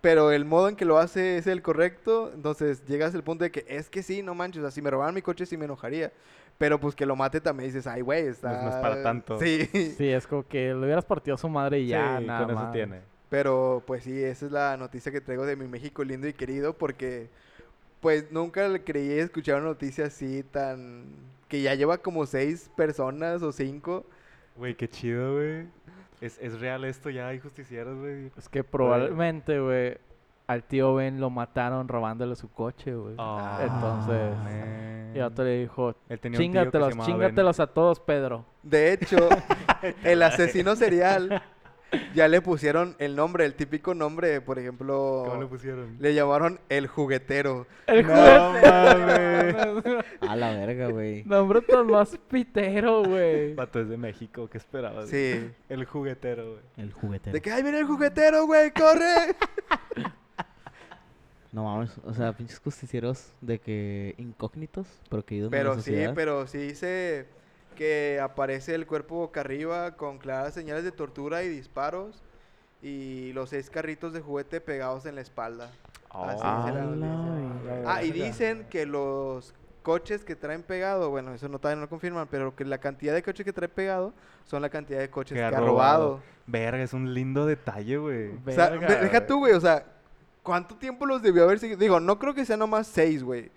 [SPEAKER 4] Pero el modo en que lo hace es el correcto, entonces llegas al punto de que es que sí, no manches, o sea, si me robaran mi coche sí me enojaría. Pero pues que lo mate también dices, ay, güey, está...
[SPEAKER 1] Pues, no es para tanto.
[SPEAKER 4] Sí.
[SPEAKER 3] Sí, es como que le hubieras partido a su madre y ya,
[SPEAKER 1] Sí,
[SPEAKER 3] nada
[SPEAKER 1] con eso
[SPEAKER 3] más.
[SPEAKER 1] tiene.
[SPEAKER 4] Pero pues sí, esa es la noticia que traigo de mi México lindo y querido porque pues nunca le creí escuchar una noticia así tan... que ya lleva como seis personas o cinco.
[SPEAKER 1] Güey, qué chido, güey. Es, es real esto, ya hay justicieros, güey.
[SPEAKER 3] Es que probablemente, güey, al tío Ben lo mataron robándole su coche, güey.
[SPEAKER 1] Ah,
[SPEAKER 3] Entonces,
[SPEAKER 1] man.
[SPEAKER 3] Y el otro le dijo,
[SPEAKER 1] Él tenía un tío que se
[SPEAKER 3] chíngatelos,
[SPEAKER 1] llamaba Ben.
[SPEAKER 3] chíngatelos a todos, Pedro.
[SPEAKER 4] De hecho, el asesino serial ya le pusieron el nombre, el típico nombre, por ejemplo...
[SPEAKER 1] ¿Cómo le pusieron?
[SPEAKER 4] Le llamaron el juguetero.
[SPEAKER 3] El
[SPEAKER 1] No mames.
[SPEAKER 3] juguete.
[SPEAKER 2] A la verga, güey.
[SPEAKER 3] Nombre tan más pitero, güey.
[SPEAKER 1] Vato es de México, ¿qué esperabas?
[SPEAKER 4] Sí.
[SPEAKER 1] El juguetero, güey.
[SPEAKER 2] El juguete.
[SPEAKER 4] De que, ¡ay, viene el juguetero, güey! ¡Corre!
[SPEAKER 2] No mames, o sea, pinches justicieros de que incógnitos, pero que ayudan a la
[SPEAKER 4] Pero sí,
[SPEAKER 2] sociedad.
[SPEAKER 4] pero sí dice que aparece el cuerpo boca arriba con claras señales de tortura y disparos y los seis carritos de juguete pegados en la espalda. Así dice la
[SPEAKER 2] Ah,
[SPEAKER 4] noticia.
[SPEAKER 2] la
[SPEAKER 1] verga.
[SPEAKER 4] Ah, y dicen que los coches que traen pegado, bueno, eso no todavía no lo confirman, pero que la cantidad de coches que trae pegado son la cantidad de coches que, ha robado.
[SPEAKER 1] Verga, es un lindo detalle, güey.
[SPEAKER 4] O sea,
[SPEAKER 3] Verga,
[SPEAKER 4] ve- deja
[SPEAKER 3] güey.
[SPEAKER 4] tú, güey, o sea, ¿cuánto tiempo los debió haber seguido? Digo, no creo que sea nomás seis, güey.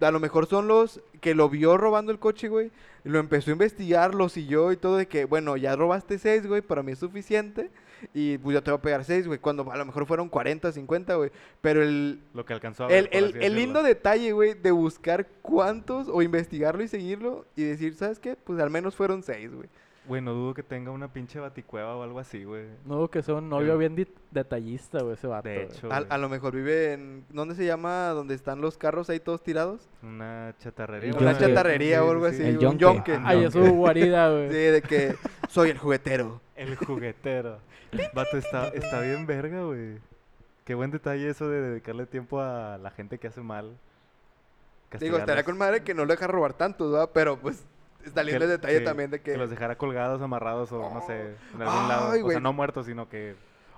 [SPEAKER 4] A lo mejor son los que lo vio robando el coche, güey. Lo empezó a investigar, lo siguió y todo de que, bueno, ya robaste seis, güey, para mí es suficiente. Y pues yo te voy a pegar seis, güey. Cuando a lo mejor fueron 40, 50, güey. Pero el,
[SPEAKER 1] Lo que alcanzó a ver.
[SPEAKER 4] el,
[SPEAKER 1] por así
[SPEAKER 4] el, el lindo
[SPEAKER 1] decirlo.
[SPEAKER 4] detalle, güey, de buscar cuántos o investigarlo y seguirlo y decir, ¿sabes qué? Pues al menos fueron seis, güey.
[SPEAKER 1] Güey, no dudo que tenga una pinche baticueva o algo así, güey.
[SPEAKER 3] No dudo que sea un novio
[SPEAKER 1] El-
[SPEAKER 3] bien dit- detallista, güey, ese vato.
[SPEAKER 1] De
[SPEAKER 3] güey.
[SPEAKER 1] hecho,
[SPEAKER 4] A,
[SPEAKER 1] güey,
[SPEAKER 4] a lo mejor vive en... ¿Dónde se llama? ¿Donde están los carros ahí todos tirados?
[SPEAKER 1] una chatarrería.
[SPEAKER 2] El
[SPEAKER 1] güey.
[SPEAKER 4] Una
[SPEAKER 2] Yonke.
[SPEAKER 4] chatarrería o algo así.
[SPEAKER 2] El
[SPEAKER 4] un
[SPEAKER 2] yonke.
[SPEAKER 4] yonke.
[SPEAKER 1] Ah,
[SPEAKER 3] Ay, es su guarida,
[SPEAKER 4] Sí,
[SPEAKER 3] güey.
[SPEAKER 4] de que soy el juguetero.
[SPEAKER 1] El juguetero. Vato, está, está bien verga, güey. Qué buen detalle eso de dedicarle tiempo a la gente que hace mal.
[SPEAKER 4] Digo, estaría
[SPEAKER 1] Castigarlos.
[SPEAKER 4] con madre que no lo deja robar tanto, ¿verdad? Pero pues está lindo el
[SPEAKER 1] Que-
[SPEAKER 4] detalle
[SPEAKER 1] sí,
[SPEAKER 4] también de que...
[SPEAKER 1] los dejara colgados, amarrados o no sé, en algún lado.
[SPEAKER 4] Ay,
[SPEAKER 1] O sea,
[SPEAKER 4] güey.
[SPEAKER 1] no muertos, sino que.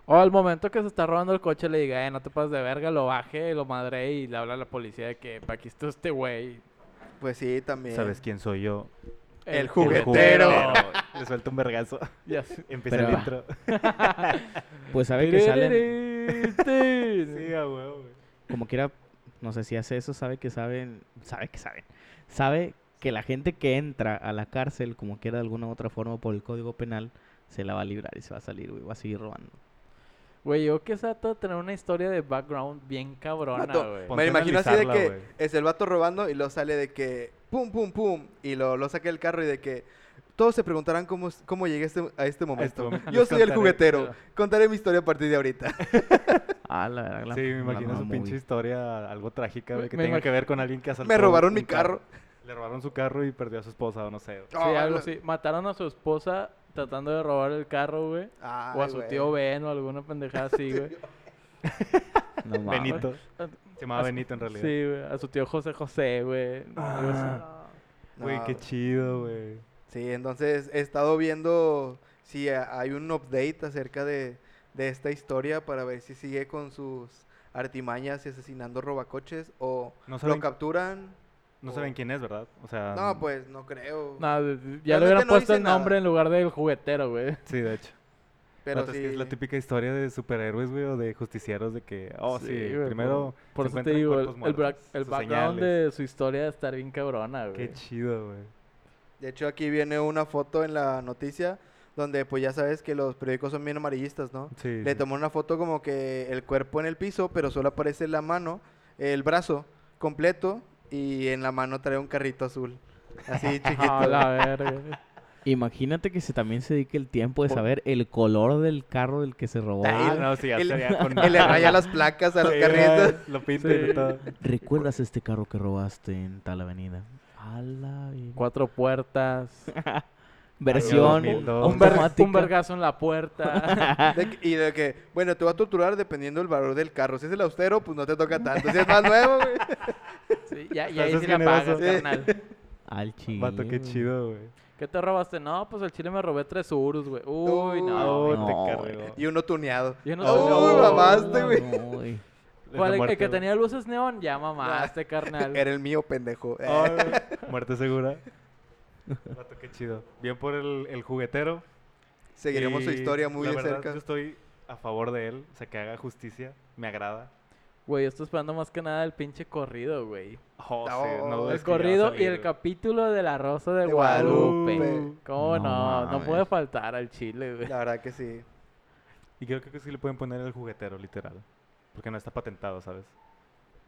[SPEAKER 3] O al momento que se está robando el coche le diga, eh, no te pases de verga, lo baje, lo madre y le habla a la policía de que aquí está este güey.
[SPEAKER 4] Pues sí, también.
[SPEAKER 1] ¿Sabes quién soy yo?
[SPEAKER 4] El juguetero.
[SPEAKER 1] Le suelto un vergazo.
[SPEAKER 3] Y así.
[SPEAKER 1] Empieza el
[SPEAKER 2] Pero-
[SPEAKER 1] intro.
[SPEAKER 2] Pues sabe que salen,
[SPEAKER 1] Sí, a huevo, güey.
[SPEAKER 2] como quiera, no sé si hace eso, sabe que saben, sabe que saben, sabe que la gente que entra a la cárcel, como quiera de alguna u otra forma por el código penal, se la va a librar y se va a salir, güey, va a seguir robando.
[SPEAKER 3] Güey, yo que trato de tener una historia de background bien cabrona,
[SPEAKER 4] Vato,
[SPEAKER 3] güey.
[SPEAKER 1] Ponte
[SPEAKER 4] me
[SPEAKER 1] a
[SPEAKER 4] lo imagino así de que
[SPEAKER 1] analizarla, güey.
[SPEAKER 4] es el vato robando y lo sale de que pum, pum, pum. Y lo, lo saca del carro y de que todos se preguntarán cómo, es- cómo llegué a este- a este momento.
[SPEAKER 1] momento.
[SPEAKER 4] Yo
[SPEAKER 1] Les
[SPEAKER 4] soy el
[SPEAKER 1] contaré.
[SPEAKER 4] juguetero. Contaré mi historia a partir de ahorita.
[SPEAKER 2] Ah, la verdad. la-
[SPEAKER 1] sí, me
[SPEAKER 2] la
[SPEAKER 1] imagino su
[SPEAKER 2] mamó,
[SPEAKER 1] pinche
[SPEAKER 2] güey.
[SPEAKER 1] historia algo trágica
[SPEAKER 3] Me-
[SPEAKER 1] güey, que
[SPEAKER 3] me
[SPEAKER 1] tenga
[SPEAKER 3] imag-
[SPEAKER 1] que ver con alguien que asaltó.
[SPEAKER 4] Me robaron
[SPEAKER 1] un
[SPEAKER 4] mi carro.
[SPEAKER 1] Le robaron su carro y perdió a su esposa o no sé. güey.
[SPEAKER 3] Sí,
[SPEAKER 4] Ah,
[SPEAKER 3] algo
[SPEAKER 4] la-
[SPEAKER 3] así. Mataron a su esposa tratando de robar el carro, güey. o a
[SPEAKER 4] Ay,
[SPEAKER 3] su
[SPEAKER 4] güey.
[SPEAKER 3] tío Ben o alguna pendejada así, güey.
[SPEAKER 2] No mames.
[SPEAKER 1] Benito.
[SPEAKER 3] Ah,
[SPEAKER 1] Se llamaba Benito en realidad. Ah.
[SPEAKER 3] Sí, güey. A su tío José José, güey. Algo así.
[SPEAKER 1] Güey,
[SPEAKER 4] No,
[SPEAKER 1] qué chido, güey.
[SPEAKER 4] Sí, entonces he estado viendo si a- hay un update acerca de, de esta historia para ver si sigue con sus artimañas y asesinando robacoches o
[SPEAKER 1] No
[SPEAKER 4] lo
[SPEAKER 1] saben,
[SPEAKER 4] capturan.
[SPEAKER 1] no saben quién es, ¿verdad? O sea.
[SPEAKER 4] No, pues no creo.
[SPEAKER 3] No, de- de- ya le
[SPEAKER 4] Realmente
[SPEAKER 3] hubieran
[SPEAKER 4] no
[SPEAKER 3] puesto
[SPEAKER 4] dice
[SPEAKER 3] el nombre
[SPEAKER 4] nada.
[SPEAKER 3] en lugar del juguetero, güey.
[SPEAKER 1] Sí, de hecho.
[SPEAKER 4] pero
[SPEAKER 1] Vato, pues,
[SPEAKER 4] sí.
[SPEAKER 1] es, que es la típica historia de superhéroes, güey, o de justicieros de que, oh, sí,
[SPEAKER 3] güey,
[SPEAKER 1] primero
[SPEAKER 3] por- Por
[SPEAKER 1] se
[SPEAKER 3] eso te
[SPEAKER 1] encuentran
[SPEAKER 3] digo, el,
[SPEAKER 1] cuerpos
[SPEAKER 3] el bra-
[SPEAKER 1] muertos,
[SPEAKER 3] el
[SPEAKER 1] sus
[SPEAKER 3] background
[SPEAKER 1] señales.
[SPEAKER 3] de su historia está bien cabrona, güey.
[SPEAKER 1] Qué chido, güey.
[SPEAKER 4] De hecho, aquí viene una foto en la noticia donde, pues ya sabes que los periódicos son bien amarillistas, ¿no?
[SPEAKER 1] Sí.
[SPEAKER 4] Le
[SPEAKER 1] sí.
[SPEAKER 4] tomó una foto como que el cuerpo en el piso, pero solo aparece la mano, el brazo completo y en la mano trae un carrito azul. Así
[SPEAKER 3] A
[SPEAKER 4] chiquito.
[SPEAKER 3] Ah, la verga.
[SPEAKER 2] Imagínate que se también se dedique el tiempo de
[SPEAKER 3] Por-
[SPEAKER 2] saber el color del carro del que se robó.
[SPEAKER 4] Ay,
[SPEAKER 1] Ah,
[SPEAKER 2] güey.
[SPEAKER 1] no, sí, ya
[SPEAKER 4] el-
[SPEAKER 1] sería con...
[SPEAKER 4] y le raya las placas a los
[SPEAKER 1] Sí,
[SPEAKER 4] carritos.
[SPEAKER 1] güey, Lo pintan
[SPEAKER 3] Sí.
[SPEAKER 1] y todo.
[SPEAKER 2] Ah, ¿Recuerdas este carro que robaste en tal avenida? A la vi-
[SPEAKER 3] Cuatro puertas.
[SPEAKER 2] Versión
[SPEAKER 1] 2002.
[SPEAKER 3] Un, ver-
[SPEAKER 2] automática.
[SPEAKER 3] un vergazo en la puerta.
[SPEAKER 4] De que- y de que, bueno, te va a torturar dependiendo del valor del carro. Si es el austero, pues no te toca tanto. Si es más nuevo, güey.
[SPEAKER 3] Sí, ya, y
[SPEAKER 1] Eso
[SPEAKER 3] ahí
[SPEAKER 1] es
[SPEAKER 3] sí la
[SPEAKER 1] generoso.
[SPEAKER 3] pagas, carnal.
[SPEAKER 2] Al chile.
[SPEAKER 1] Vato, qué
[SPEAKER 2] güey.
[SPEAKER 1] chido, güey.
[SPEAKER 3] ¿Qué te robaste? No, pues el chile me robé tres urus, güey. Uy, no.
[SPEAKER 1] Oh,
[SPEAKER 2] no,
[SPEAKER 1] te
[SPEAKER 2] güey.
[SPEAKER 1] cargó.
[SPEAKER 4] Y uno tuneado.
[SPEAKER 3] Yo no
[SPEAKER 4] Uy,
[SPEAKER 3] soy-
[SPEAKER 4] lo mamaste,
[SPEAKER 2] No,
[SPEAKER 4] güey.
[SPEAKER 2] güey.
[SPEAKER 1] Es la
[SPEAKER 3] ¿Cuál, el- el,
[SPEAKER 1] muerte,
[SPEAKER 3] que
[SPEAKER 1] güey.
[SPEAKER 3] tenía luces neón, ya mamaste, carnal.
[SPEAKER 4] Era el mío, pendejo. Eh,
[SPEAKER 1] Oh, güey, Muerte segura. Vato, qué chido. Bien por el, el juguetero.
[SPEAKER 4] Seguiremos su
[SPEAKER 1] y
[SPEAKER 4] historia muy
[SPEAKER 1] la
[SPEAKER 4] de
[SPEAKER 1] verdad,
[SPEAKER 4] cerca.
[SPEAKER 1] Yo estoy a favor de él. O sea, que haga justicia. Me agrada.
[SPEAKER 3] Güey, yo estoy esperando más que nada el pinche corrido, güey.
[SPEAKER 1] Oh, sí,
[SPEAKER 4] No,
[SPEAKER 1] dudes
[SPEAKER 3] El
[SPEAKER 1] que ya va a
[SPEAKER 3] corrido y
[SPEAKER 1] salir,
[SPEAKER 3] el
[SPEAKER 1] güey.
[SPEAKER 3] capítulo de la Rosa de,
[SPEAKER 4] De
[SPEAKER 3] Guadalupe.
[SPEAKER 4] Guadalupe.
[SPEAKER 2] No
[SPEAKER 3] ¿Cómo no? No,
[SPEAKER 2] mames.
[SPEAKER 3] puede faltar al chile, güey.
[SPEAKER 4] La verdad que sí.
[SPEAKER 1] Y creo que sí le pueden poner el juguetero, literal. Porque no está patentado, ¿sabes?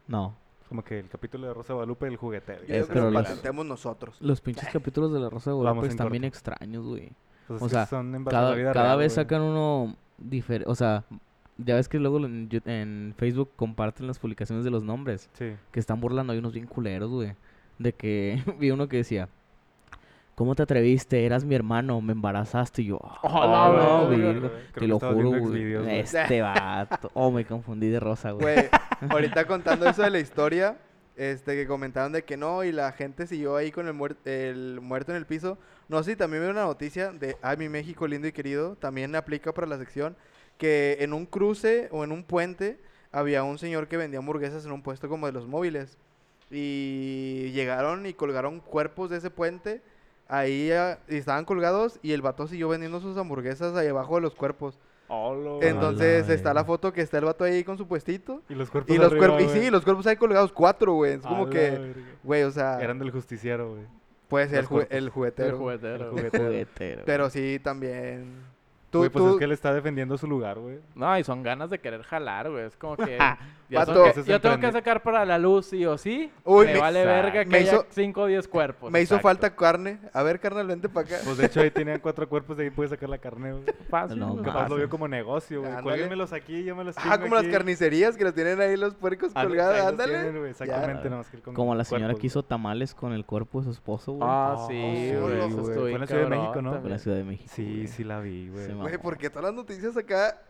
[SPEAKER 2] No.
[SPEAKER 1] Es como que el capítulo de Rosa Guadalupe, el juguetero.
[SPEAKER 4] Yo
[SPEAKER 2] Es
[SPEAKER 4] creo que
[SPEAKER 2] pero
[SPEAKER 4] lo
[SPEAKER 2] los-
[SPEAKER 4] patentemos nosotros.
[SPEAKER 2] Los pinches capítulos de la Rosa de
[SPEAKER 1] Vamos
[SPEAKER 2] Guadalupe
[SPEAKER 1] en
[SPEAKER 2] están
[SPEAKER 1] corto.
[SPEAKER 2] bien extraños, güey.
[SPEAKER 1] Pues
[SPEAKER 2] o
[SPEAKER 1] es que
[SPEAKER 2] sea,
[SPEAKER 1] son en base a la
[SPEAKER 2] Cada,
[SPEAKER 1] vida
[SPEAKER 2] cada
[SPEAKER 1] real,
[SPEAKER 2] vez
[SPEAKER 1] güey.
[SPEAKER 2] sacan uno diferente. O sea, ya ves que luego en, Yo- en Facebook comparten las publicaciones de los nombres.
[SPEAKER 1] Sí.
[SPEAKER 2] que están burlando. Hay unos bien culeros, güey. De que vi uno que decía, ¿cómo te atreviste? Eras mi hermano, me embarazaste. Y yo,
[SPEAKER 3] Hola,
[SPEAKER 2] "Ah,
[SPEAKER 3] no,
[SPEAKER 1] Oh,
[SPEAKER 2] no,
[SPEAKER 3] güey.
[SPEAKER 2] güey, Te lo juro, güey.
[SPEAKER 1] Videos,
[SPEAKER 2] Este vato. Oh, me confundí de rosa, güey.
[SPEAKER 4] Güey, ahorita contando eso de la historia, este, que comentaron de que no, y la gente siguió ahí con el, muer- el muerto en el piso. No sé si también vi una noticia de, ay, mi México lindo y querido, también aplica para la sección, que en un cruce o en un puente había un señor que vendía hamburguesas en un puesto como de los móviles. Y llegaron y colgaron cuerpos de ese puente. Ahí ah, y estaban colgados y el vato siguió vendiendo sus hamburguesas ahí abajo de los cuerpos. Entonces
[SPEAKER 2] Ala,
[SPEAKER 4] está la
[SPEAKER 2] eh.
[SPEAKER 4] foto que está el vato ahí con su puestito.
[SPEAKER 1] Y los cuerpos
[SPEAKER 4] Y los
[SPEAKER 1] Pues arriba,
[SPEAKER 4] cuerpos, y
[SPEAKER 1] güey.
[SPEAKER 4] sí, los cuerpos ahí colgados cuatro, güey. Es
[SPEAKER 1] A
[SPEAKER 4] como
[SPEAKER 1] la
[SPEAKER 4] que,
[SPEAKER 1] verga.
[SPEAKER 4] güey, o sea,
[SPEAKER 1] Eran del justiciero, güey.
[SPEAKER 4] puede ser el,
[SPEAKER 1] los
[SPEAKER 4] jugue-
[SPEAKER 1] cuerpos.
[SPEAKER 4] el juguetero.
[SPEAKER 3] El juguetero. güey.
[SPEAKER 2] Juguetero.
[SPEAKER 4] Pero sí, también. Tú,
[SPEAKER 1] Güey, pues
[SPEAKER 4] tú,
[SPEAKER 1] es que él está defendiendo su lugar, güey.
[SPEAKER 3] No, y son ganas de querer jalar, güey. Es como que. Yo,
[SPEAKER 4] Vato.
[SPEAKER 3] tengo que,
[SPEAKER 1] Ese es
[SPEAKER 3] yo tengo que
[SPEAKER 1] emprender.
[SPEAKER 3] sacar para la luz, sí o sí.
[SPEAKER 4] Uy,
[SPEAKER 3] me,
[SPEAKER 4] me-
[SPEAKER 3] vale verga que
[SPEAKER 4] me
[SPEAKER 3] haya
[SPEAKER 4] hizo-
[SPEAKER 3] 5 o 10 cuerpos.
[SPEAKER 4] me hizo
[SPEAKER 1] Exacto.
[SPEAKER 4] falta carne. A ver, carnal, vente para acá.
[SPEAKER 1] Pues de hecho ahí tenían cuatro cuerpos, de ahí puede sacar la carne, güey.
[SPEAKER 3] Fácil,
[SPEAKER 2] No,
[SPEAKER 3] güey.
[SPEAKER 2] ma-
[SPEAKER 1] Capaz lo
[SPEAKER 2] Mames.
[SPEAKER 1] vio como negocio, güey.
[SPEAKER 4] Ah, Ándale.
[SPEAKER 1] Cuélguenmelos aquí, yo me los
[SPEAKER 4] ah,
[SPEAKER 1] chingo
[SPEAKER 4] como las
[SPEAKER 1] aquí.
[SPEAKER 4] carnicerías que las tienen ahí los puercos
[SPEAKER 1] Ah,
[SPEAKER 4] colgados.
[SPEAKER 1] ahí los
[SPEAKER 4] Ándale.
[SPEAKER 1] tienen, güey, Exactamente, nomás que él con
[SPEAKER 2] Como la señora
[SPEAKER 1] cuerpos,
[SPEAKER 2] que hizo tamales con el cuerpo de su esposo, güey.
[SPEAKER 3] Ah, sí,
[SPEAKER 4] sí,
[SPEAKER 3] güey.
[SPEAKER 4] güey.
[SPEAKER 1] Fue
[SPEAKER 3] eso estuvo
[SPEAKER 1] en la
[SPEAKER 3] bien
[SPEAKER 1] Ciudad de
[SPEAKER 3] cabrón
[SPEAKER 1] México, ¿no?
[SPEAKER 2] En
[SPEAKER 3] también.
[SPEAKER 2] la Ciudad de México.
[SPEAKER 1] Sí,
[SPEAKER 2] güey.
[SPEAKER 1] sí la vi, güey.
[SPEAKER 2] Se mamó.
[SPEAKER 4] Güey, porque todas las noticias acá,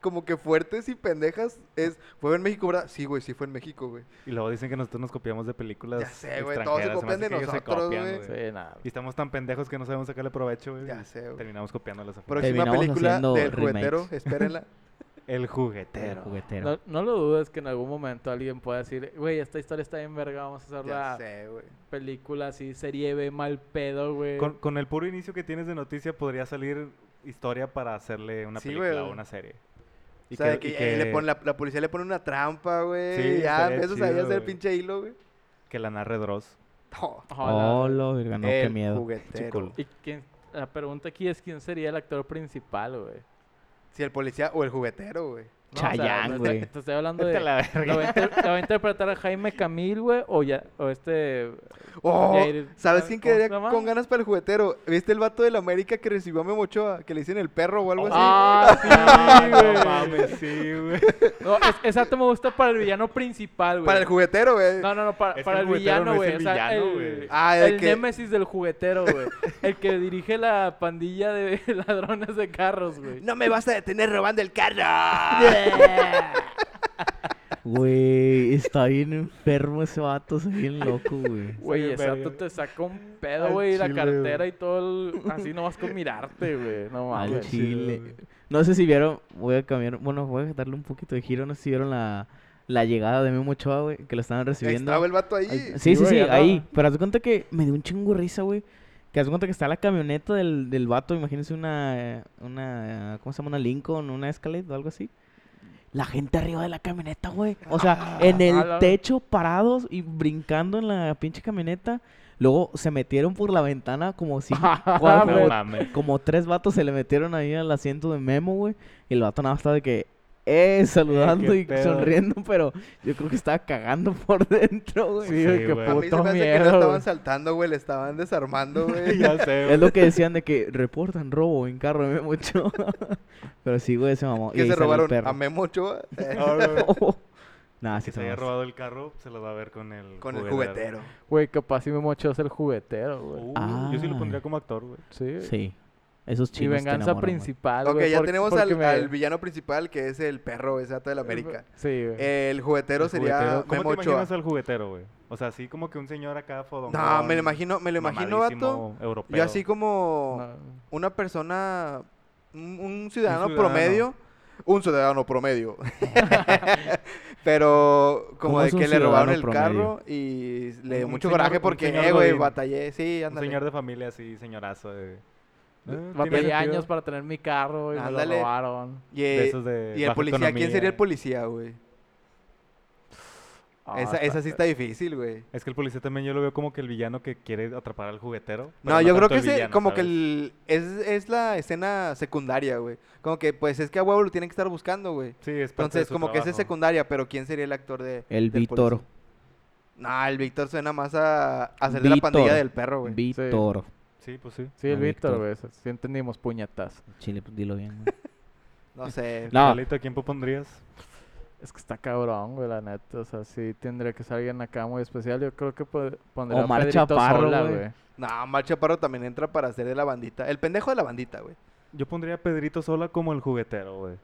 [SPEAKER 4] como que fuertes y pendejas, es. ¿Fue en México, verdad? Sí, güey, sí fue en México, güey.
[SPEAKER 1] Y luego dicen que nosotros nos copiamos de películas
[SPEAKER 4] Ya sé, güey, todos se
[SPEAKER 1] extranjeras,
[SPEAKER 4] copian
[SPEAKER 1] me hace
[SPEAKER 4] de
[SPEAKER 1] que ellos se
[SPEAKER 4] nosotros,
[SPEAKER 1] copian,
[SPEAKER 4] güey.
[SPEAKER 3] Sí, nada.
[SPEAKER 1] Y estamos tan pendejos que no sabemos sacarle provecho, güey.
[SPEAKER 4] Ya
[SPEAKER 1] y
[SPEAKER 4] sé, güey.
[SPEAKER 1] Terminamos copiándolas. a fuerza.
[SPEAKER 4] Próxima
[SPEAKER 2] Terminamos
[SPEAKER 4] película
[SPEAKER 2] haciendo
[SPEAKER 4] del juguetero,
[SPEAKER 2] remakes.
[SPEAKER 4] espérenla.
[SPEAKER 1] El
[SPEAKER 2] El
[SPEAKER 1] juguetero.
[SPEAKER 2] juguetero.
[SPEAKER 3] No, no lo dudes que en algún momento alguien pueda decir, güey, esta historia está bien verga, vamos a
[SPEAKER 4] ya
[SPEAKER 3] hacerla
[SPEAKER 4] sé, güey.
[SPEAKER 3] película así, serie B, mal pedo, güey.
[SPEAKER 1] Con, con el puro inicio que tienes de noticia podría salir historia para hacerle una
[SPEAKER 4] Sí,
[SPEAKER 1] película
[SPEAKER 4] güey.
[SPEAKER 1] o una serie.
[SPEAKER 4] O sea, que,
[SPEAKER 1] y
[SPEAKER 4] ahí le pone la, la policía le pone una trampa, güey.
[SPEAKER 1] Sí,
[SPEAKER 4] y ya,
[SPEAKER 1] estaría
[SPEAKER 4] empiezas ahí a
[SPEAKER 1] chido,
[SPEAKER 4] hacer
[SPEAKER 1] güey.
[SPEAKER 4] pinche hilo, güey.
[SPEAKER 1] que la narre Dross.
[SPEAKER 4] No,
[SPEAKER 3] Ojalá.
[SPEAKER 2] Oh, lo verga, no, qué
[SPEAKER 4] el
[SPEAKER 2] miedo.
[SPEAKER 4] juguetero.
[SPEAKER 1] Chico.
[SPEAKER 3] Y quién- la pregunta aquí es quién sería el actor principal, güey.
[SPEAKER 4] Si el policía o el juguetero, güey.
[SPEAKER 3] o sea,
[SPEAKER 2] Chayanne,
[SPEAKER 3] te-
[SPEAKER 2] güey.
[SPEAKER 3] Te, estoy hablando
[SPEAKER 2] Vete
[SPEAKER 3] de.
[SPEAKER 2] a la
[SPEAKER 3] La
[SPEAKER 2] verga.
[SPEAKER 3] va, a inter- la va a interpretar a Jaime Camil, güey, o, ya- o este.
[SPEAKER 4] Oh,
[SPEAKER 3] Yair-
[SPEAKER 4] ¿sabes quién
[SPEAKER 3] ¿cómo se
[SPEAKER 4] quedaría
[SPEAKER 3] llama?
[SPEAKER 4] con ganas para el juguetero? ¿Viste el vato de la América que recibió a Memo Ochoa? Que le dicen el perro
[SPEAKER 1] Oh,
[SPEAKER 4] o algo así.
[SPEAKER 3] Ah, sí, güey.
[SPEAKER 1] No mames, sí, güey.
[SPEAKER 3] No, es, exacto, me gusta para el villano principal, güey.
[SPEAKER 4] Para el juguetero, güey.
[SPEAKER 3] No, no, no, para,
[SPEAKER 1] Es
[SPEAKER 3] para
[SPEAKER 1] el
[SPEAKER 3] el
[SPEAKER 1] juguetero, no
[SPEAKER 3] villano,
[SPEAKER 1] es
[SPEAKER 3] güey.
[SPEAKER 1] el
[SPEAKER 3] o sea,
[SPEAKER 1] villano,
[SPEAKER 3] el-
[SPEAKER 1] güey.
[SPEAKER 4] Ah, el
[SPEAKER 3] el
[SPEAKER 4] que-
[SPEAKER 3] némesis del juguetero, güey. El que dirige la pandilla de ladrones de carros, güey.
[SPEAKER 4] No me vas a detener robando el carro.
[SPEAKER 2] Güey, está bien enfermo ese vato, está bien loco, güey.
[SPEAKER 3] Güey,
[SPEAKER 1] Sí,
[SPEAKER 3] exacto,
[SPEAKER 1] verga.
[SPEAKER 3] te saca un pedo,
[SPEAKER 2] Al
[SPEAKER 3] güey, la
[SPEAKER 2] chile,
[SPEAKER 3] cartera
[SPEAKER 2] güey.
[SPEAKER 3] y todo el... Así nomás con mirarte, güey. No
[SPEAKER 2] Al
[SPEAKER 3] mames.
[SPEAKER 2] chile. No sé si vieron, voy a cambiar, bueno, voy a darle un poquito de giro, no sé si vieron la, la llegada de Memo Ochoa, güey, que lo estaban recibiendo.
[SPEAKER 4] Estaba el vato ahí.
[SPEAKER 2] Ay, sí, sí,
[SPEAKER 3] güey,
[SPEAKER 2] sí,
[SPEAKER 3] andaba.
[SPEAKER 2] ahí. Pero haz de cuenta que me dio un chingo de risa, güey. Que haz de cuenta que está la camioneta del, del vato, imagínense una, una, ¿cómo se llama? Una Lincoln, una Escalade o algo así. La gente arriba de la camioneta, güey. O sea, en
[SPEAKER 3] a
[SPEAKER 2] el
[SPEAKER 3] Ah, la-
[SPEAKER 2] techo parados y brincando en la pinche camioneta. Luego se metieron por la ventana como si...
[SPEAKER 3] Ah,
[SPEAKER 1] No
[SPEAKER 3] güey.
[SPEAKER 1] mames.
[SPEAKER 2] Como tres vatos se le metieron ahí al asiento de Memo, güey. Y el vato nada más estaba de que, eh, saludando
[SPEAKER 1] qué
[SPEAKER 2] y
[SPEAKER 1] pedo.
[SPEAKER 2] sonriendo, pero yo creo que estaba cagando por dentro, güey.
[SPEAKER 3] Sí, güey,
[SPEAKER 1] Sí,
[SPEAKER 3] qué
[SPEAKER 1] güey.
[SPEAKER 4] a mí se
[SPEAKER 3] puto
[SPEAKER 4] me hace que
[SPEAKER 3] miedo,
[SPEAKER 4] lo
[SPEAKER 3] güey.
[SPEAKER 4] estaban saltando, güey. Le estaban desarmando, güey.
[SPEAKER 1] Ya sé,
[SPEAKER 2] Es
[SPEAKER 1] güey.
[SPEAKER 2] lo que decían de que reportan robo en carro de Memo Ochoa. Pero sí, güey, se mamó. Y
[SPEAKER 4] que
[SPEAKER 2] ahí
[SPEAKER 4] se
[SPEAKER 2] salió el
[SPEAKER 4] robaron
[SPEAKER 2] perro.
[SPEAKER 4] a Memo Ochoa eh,
[SPEAKER 1] No, güey.
[SPEAKER 2] Nah, sí
[SPEAKER 1] Si se
[SPEAKER 2] se
[SPEAKER 1] haya
[SPEAKER 2] mamó.
[SPEAKER 1] robado el carro, se lo va a ver con el
[SPEAKER 4] con el juguetero.
[SPEAKER 3] Güey, capaz si me mochó es el juguetero, güey.
[SPEAKER 1] Uh,
[SPEAKER 2] Ah.
[SPEAKER 1] Yo sí lo pondría como actor, güey.
[SPEAKER 3] Sí.
[SPEAKER 2] Sí. Esos
[SPEAKER 3] Y
[SPEAKER 2] chinos te
[SPEAKER 3] venganza
[SPEAKER 2] enamoran, güey.
[SPEAKER 3] principal,
[SPEAKER 4] Ok,
[SPEAKER 3] güey.
[SPEAKER 4] ya
[SPEAKER 3] por-
[SPEAKER 4] tenemos
[SPEAKER 3] porque
[SPEAKER 4] al,
[SPEAKER 3] me-
[SPEAKER 4] al villano principal que es el perro, ese vato de la América. Eh,
[SPEAKER 3] Sí, güey.
[SPEAKER 4] El juguetero
[SPEAKER 1] El
[SPEAKER 4] sería
[SPEAKER 1] juguetero. ¿Cómo
[SPEAKER 4] Memo
[SPEAKER 1] te imaginas
[SPEAKER 4] Ochoa.
[SPEAKER 1] al juguetero, güey? O sea, así como que un señor acá fodón.
[SPEAKER 4] No, me lo imagino, me lo imagino, vato.
[SPEAKER 1] Europeo.
[SPEAKER 4] Yo así como
[SPEAKER 1] Eh,
[SPEAKER 3] No.
[SPEAKER 4] una persona, un, un ciudadano
[SPEAKER 1] ciudadano.
[SPEAKER 4] promedio, un ciudadano promedio. Pero como
[SPEAKER 2] ¿Cómo
[SPEAKER 4] de
[SPEAKER 2] es un
[SPEAKER 4] que le robaron
[SPEAKER 2] ciudadano
[SPEAKER 4] el carro y le dio
[SPEAKER 1] Un
[SPEAKER 4] mucho
[SPEAKER 1] señor-
[SPEAKER 4] coraje
[SPEAKER 1] un
[SPEAKER 4] porque,
[SPEAKER 1] señor
[SPEAKER 4] eh, güey,
[SPEAKER 1] Godín.
[SPEAKER 4] batallé, sí,
[SPEAKER 1] Un
[SPEAKER 4] ándale.
[SPEAKER 1] señor de familia así, señorazo. De, Eh,
[SPEAKER 3] Va a
[SPEAKER 1] tiene
[SPEAKER 3] pedir
[SPEAKER 1] sentido.
[SPEAKER 3] años para tener mi carro y me lo
[SPEAKER 4] Ándale.
[SPEAKER 3] robaron.
[SPEAKER 4] Y,
[SPEAKER 1] de
[SPEAKER 4] eh,
[SPEAKER 1] esos de
[SPEAKER 4] y el
[SPEAKER 1] baja
[SPEAKER 4] policía, ¿quién sería el
[SPEAKER 1] economía.
[SPEAKER 4] policía, güey?
[SPEAKER 3] Ah,
[SPEAKER 4] esa,
[SPEAKER 3] está-
[SPEAKER 4] esa sí está difícil, güey.
[SPEAKER 1] Es que el policía también yo lo veo como que el villano que quiere atrapar al juguetero. pero
[SPEAKER 4] No, yo
[SPEAKER 1] tanto
[SPEAKER 4] creo que
[SPEAKER 1] el
[SPEAKER 4] ese-
[SPEAKER 1] villano,
[SPEAKER 4] como que
[SPEAKER 1] ¿sabes?
[SPEAKER 4] el- es, es la escena secundaria, güey. Como que, pues, es que a huevo lo tienen que estar buscando, güey.
[SPEAKER 1] Sí, es parte de
[SPEAKER 4] Entonces,
[SPEAKER 1] su
[SPEAKER 4] como que ese es
[SPEAKER 1] trabajo.
[SPEAKER 4] secundaria, pero ¿quién sería el actor de
[SPEAKER 2] El
[SPEAKER 4] del
[SPEAKER 2] Víctor.
[SPEAKER 4] policía? No, el Víctor suena más a, a ser de la pandilla
[SPEAKER 2] Víctor.
[SPEAKER 4] del perro, güey.
[SPEAKER 2] Víctor.
[SPEAKER 1] Sí, pues sí.
[SPEAKER 3] Sí, el
[SPEAKER 2] Ah,
[SPEAKER 3] Víctor,
[SPEAKER 2] Víctor.
[SPEAKER 3] güey. ese- Sí entendimos puñetas.
[SPEAKER 2] Chile, pues, dilo bien. güey.
[SPEAKER 4] No sé.
[SPEAKER 2] No,
[SPEAKER 1] Carlito, ¿a quién pondrías?
[SPEAKER 3] Es que está cabrón, güey, la neta. O sea, sí tendría que ser alguien acá muy especial. Yo creo que pod- pondría a
[SPEAKER 2] Omar
[SPEAKER 3] Pedrito
[SPEAKER 2] Chaparro,
[SPEAKER 3] Sola,
[SPEAKER 2] güey.
[SPEAKER 3] güey.
[SPEAKER 4] No, Mar Chaparro también entra para ser de la bandita. El pendejo de la bandita, güey.
[SPEAKER 1] Yo pondría a Pedrito Sola como el juguetero, güey.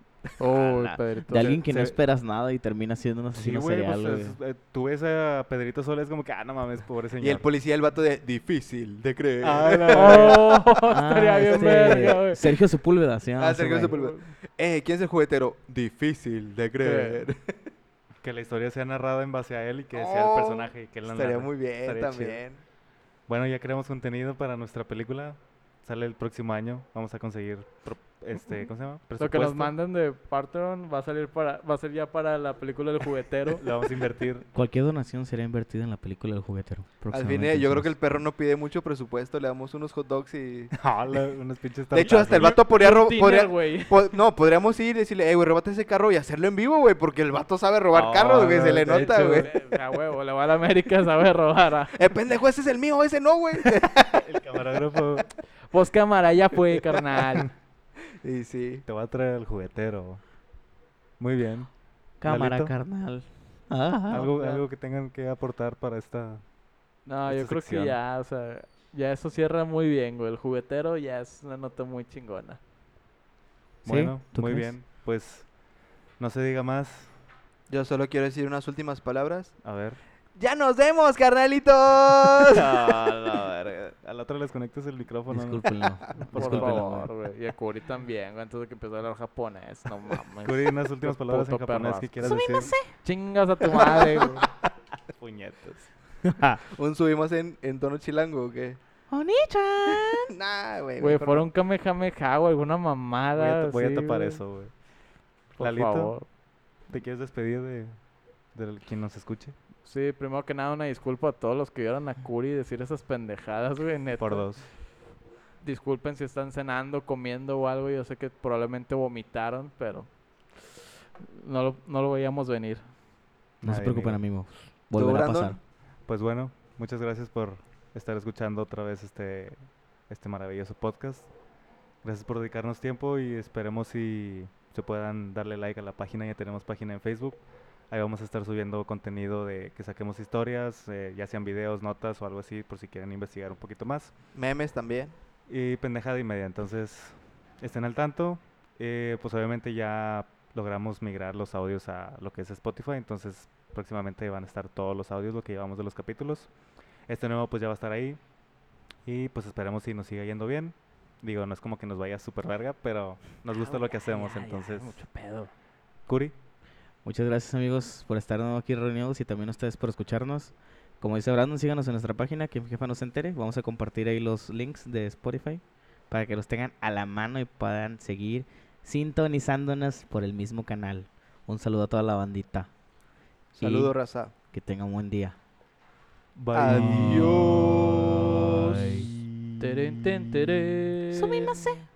[SPEAKER 3] Uy,
[SPEAKER 2] la-
[SPEAKER 3] Pedrito.
[SPEAKER 2] de alguien que no
[SPEAKER 1] se-
[SPEAKER 2] esperas nada y termina siendo un
[SPEAKER 1] Sí,
[SPEAKER 2] asesino
[SPEAKER 1] güey. pues,
[SPEAKER 2] serial, güey.
[SPEAKER 1] es- eh, tú ves a Pedrito Sola, es como que, ah, no mames, pobre señor.
[SPEAKER 4] Y el policía, el vato de difícil de creer.
[SPEAKER 1] Ah, la verga.
[SPEAKER 3] Oh,
[SPEAKER 2] Ah,
[SPEAKER 3] estaría bien
[SPEAKER 2] este,
[SPEAKER 3] verga, güey.
[SPEAKER 2] Sergio Sepúlveda, sí.
[SPEAKER 4] Ah, Sergio
[SPEAKER 2] ese güey.
[SPEAKER 4] Sepúlveda. Eh, ¿quién es el juguetero? Difícil de creer.
[SPEAKER 1] Que la historia sea narrada en base a él y que sea
[SPEAKER 4] Oh,
[SPEAKER 1] el personaje y que él la
[SPEAKER 4] Estaría
[SPEAKER 1] narre.
[SPEAKER 4] muy bien
[SPEAKER 1] Estaría chido.
[SPEAKER 4] también.
[SPEAKER 1] Bueno, ya creamos contenido para nuestra película. Sale el próximo año. Vamos a conseguir, pro- este, ¿cómo se llama?
[SPEAKER 3] Lo que nos
[SPEAKER 1] Presupuesto.
[SPEAKER 3] mandan de Parthenon va a salir para, va a ser ya para la película del juguetero.
[SPEAKER 1] Le vamos a invertir.
[SPEAKER 2] Cualquier donación será invertida en la película del juguetero.
[SPEAKER 4] Al fin,
[SPEAKER 2] Próximamente
[SPEAKER 4] eh, yo
[SPEAKER 2] en
[SPEAKER 4] creo que
[SPEAKER 2] cines.
[SPEAKER 4] el perro no pide mucho presupuesto. Le damos unos hot dogs y...
[SPEAKER 1] Hola, unos pinches
[SPEAKER 4] De hecho, hasta el
[SPEAKER 1] tartazos.
[SPEAKER 4] vato podría... ro-
[SPEAKER 3] Tiner,
[SPEAKER 4] podría-
[SPEAKER 3] güey.
[SPEAKER 4] po- no, podríamos ir y decirle, eh, güey, róbate ese carro y hacerlo en vivo, güey, porque el vato sabe robar
[SPEAKER 1] Ah,
[SPEAKER 4] carros, güey, se le
[SPEAKER 1] de
[SPEAKER 4] nota,
[SPEAKER 1] hecho,
[SPEAKER 4] güey.
[SPEAKER 3] Le- A huevo, le va a la América, sabe robar. ah.
[SPEAKER 4] Eh, pendejo, ese es el mío, ese no, güey.
[SPEAKER 1] El camarógrafo
[SPEAKER 3] Pues cámara, ya fue, carnal.
[SPEAKER 4] y sí.
[SPEAKER 1] te va a traer el juguetero. Muy bien.
[SPEAKER 2] Cámara,
[SPEAKER 1] Lalito.
[SPEAKER 2] carnal. Ah,
[SPEAKER 1] ¿Algo,
[SPEAKER 3] ya.
[SPEAKER 1] algo que tengan que aportar para esta...
[SPEAKER 3] No,
[SPEAKER 1] Esta
[SPEAKER 3] yo creo
[SPEAKER 1] sección.
[SPEAKER 3] que ya, o sea, ya eso cierra muy bien, güey. El juguetero ya es una nota muy chingona.
[SPEAKER 2] ¿Sí?
[SPEAKER 1] Bueno,
[SPEAKER 2] ¿Tú
[SPEAKER 1] muy
[SPEAKER 2] crees?
[SPEAKER 1] bien. Pues no se diga más.
[SPEAKER 4] Yo solo quiero decir unas últimas palabras.
[SPEAKER 1] A ver.
[SPEAKER 4] ¡Ya nos vemos, carnalitos!
[SPEAKER 1] Al otro les conectas el micrófono. ¿no?
[SPEAKER 2] Discúlpenlo.
[SPEAKER 3] Por
[SPEAKER 2] discúlpenlo.
[SPEAKER 3] favor, güey. Y a Kuri también, güey, antes de que empezó a hablar japonés. No mames.
[SPEAKER 1] Curi, unas últimas palabras en
[SPEAKER 3] puto
[SPEAKER 1] japonés que
[SPEAKER 3] perrazo.
[SPEAKER 1] quieras decir.
[SPEAKER 3] Chingas a tu madre, güey.
[SPEAKER 1] Puñetas.
[SPEAKER 4] Un subimos en, en tono chilango, ¿o qué?
[SPEAKER 2] Oni-chan.
[SPEAKER 4] Nah, güey.
[SPEAKER 3] Güey,
[SPEAKER 4] mejor
[SPEAKER 3] fuera un kamehameha o alguna
[SPEAKER 1] Voy a,
[SPEAKER 3] mamada.
[SPEAKER 1] voy a
[SPEAKER 3] así,
[SPEAKER 1] tapar
[SPEAKER 3] Ah, güey.
[SPEAKER 1] eso, güey.
[SPEAKER 3] Por
[SPEAKER 1] Lalito.
[SPEAKER 3] favor.
[SPEAKER 1] ¿Te quieres despedir de, de quien nos escuche?
[SPEAKER 3] Sí, primero que nada, una disculpa a todos los que vieron a Curi decir esas pendejadas, güey, neta.
[SPEAKER 1] Por dos.
[SPEAKER 3] Disculpen si están cenando, comiendo o algo. Yo sé que probablemente vomitaron, pero No lo, no lo veíamos venir.
[SPEAKER 2] No se
[SPEAKER 1] Ay,
[SPEAKER 2] preocupen,
[SPEAKER 1] amigo.
[SPEAKER 2] amigos. Volverá a
[SPEAKER 4] Brandon?
[SPEAKER 2] pasar.
[SPEAKER 1] Pues bueno, muchas gracias por estar escuchando otra vez este, este maravilloso podcast. Gracias por dedicarnos tiempo y esperemos si se puedan darle like a la página. Ya tenemos página en Facebook. Ahí vamos a estar subiendo contenido de que saquemos historias, eh, ya sean videos, notas o algo así, por si quieren investigar un poquito más.
[SPEAKER 4] Memes también.
[SPEAKER 1] Y pendejada y media. Entonces, estén al tanto. Eh, pues obviamente ya logramos migrar los audios a lo que es Spotify. Entonces, próximamente van a estar todos los audios, lo que llevamos de los capítulos. Este nuevo pues ya va a estar ahí. Y pues esperemos si nos siga yendo bien. Digo, no es como que nos vaya súper verga, pero nos gusta lo que hacemos. Entonces,
[SPEAKER 3] pedo.
[SPEAKER 1] Curi,
[SPEAKER 2] Muchas gracias, amigos, por estar aquí reunidos y también a ustedes por escucharnos. Como dice Brandon, síganos en nuestra página, que mi jefa nos entere. Vamos a compartir ahí los links de Spotify para que los tengan a la mano y puedan seguir sintonizándonos por el mismo canal. Un saludo a toda la bandita. Y
[SPEAKER 4] Saludos, raza.
[SPEAKER 2] Que tengan un buen día.
[SPEAKER 1] bye.
[SPEAKER 4] Adiós.
[SPEAKER 3] Teren, ten, teren.
[SPEAKER 5] Sumimasen.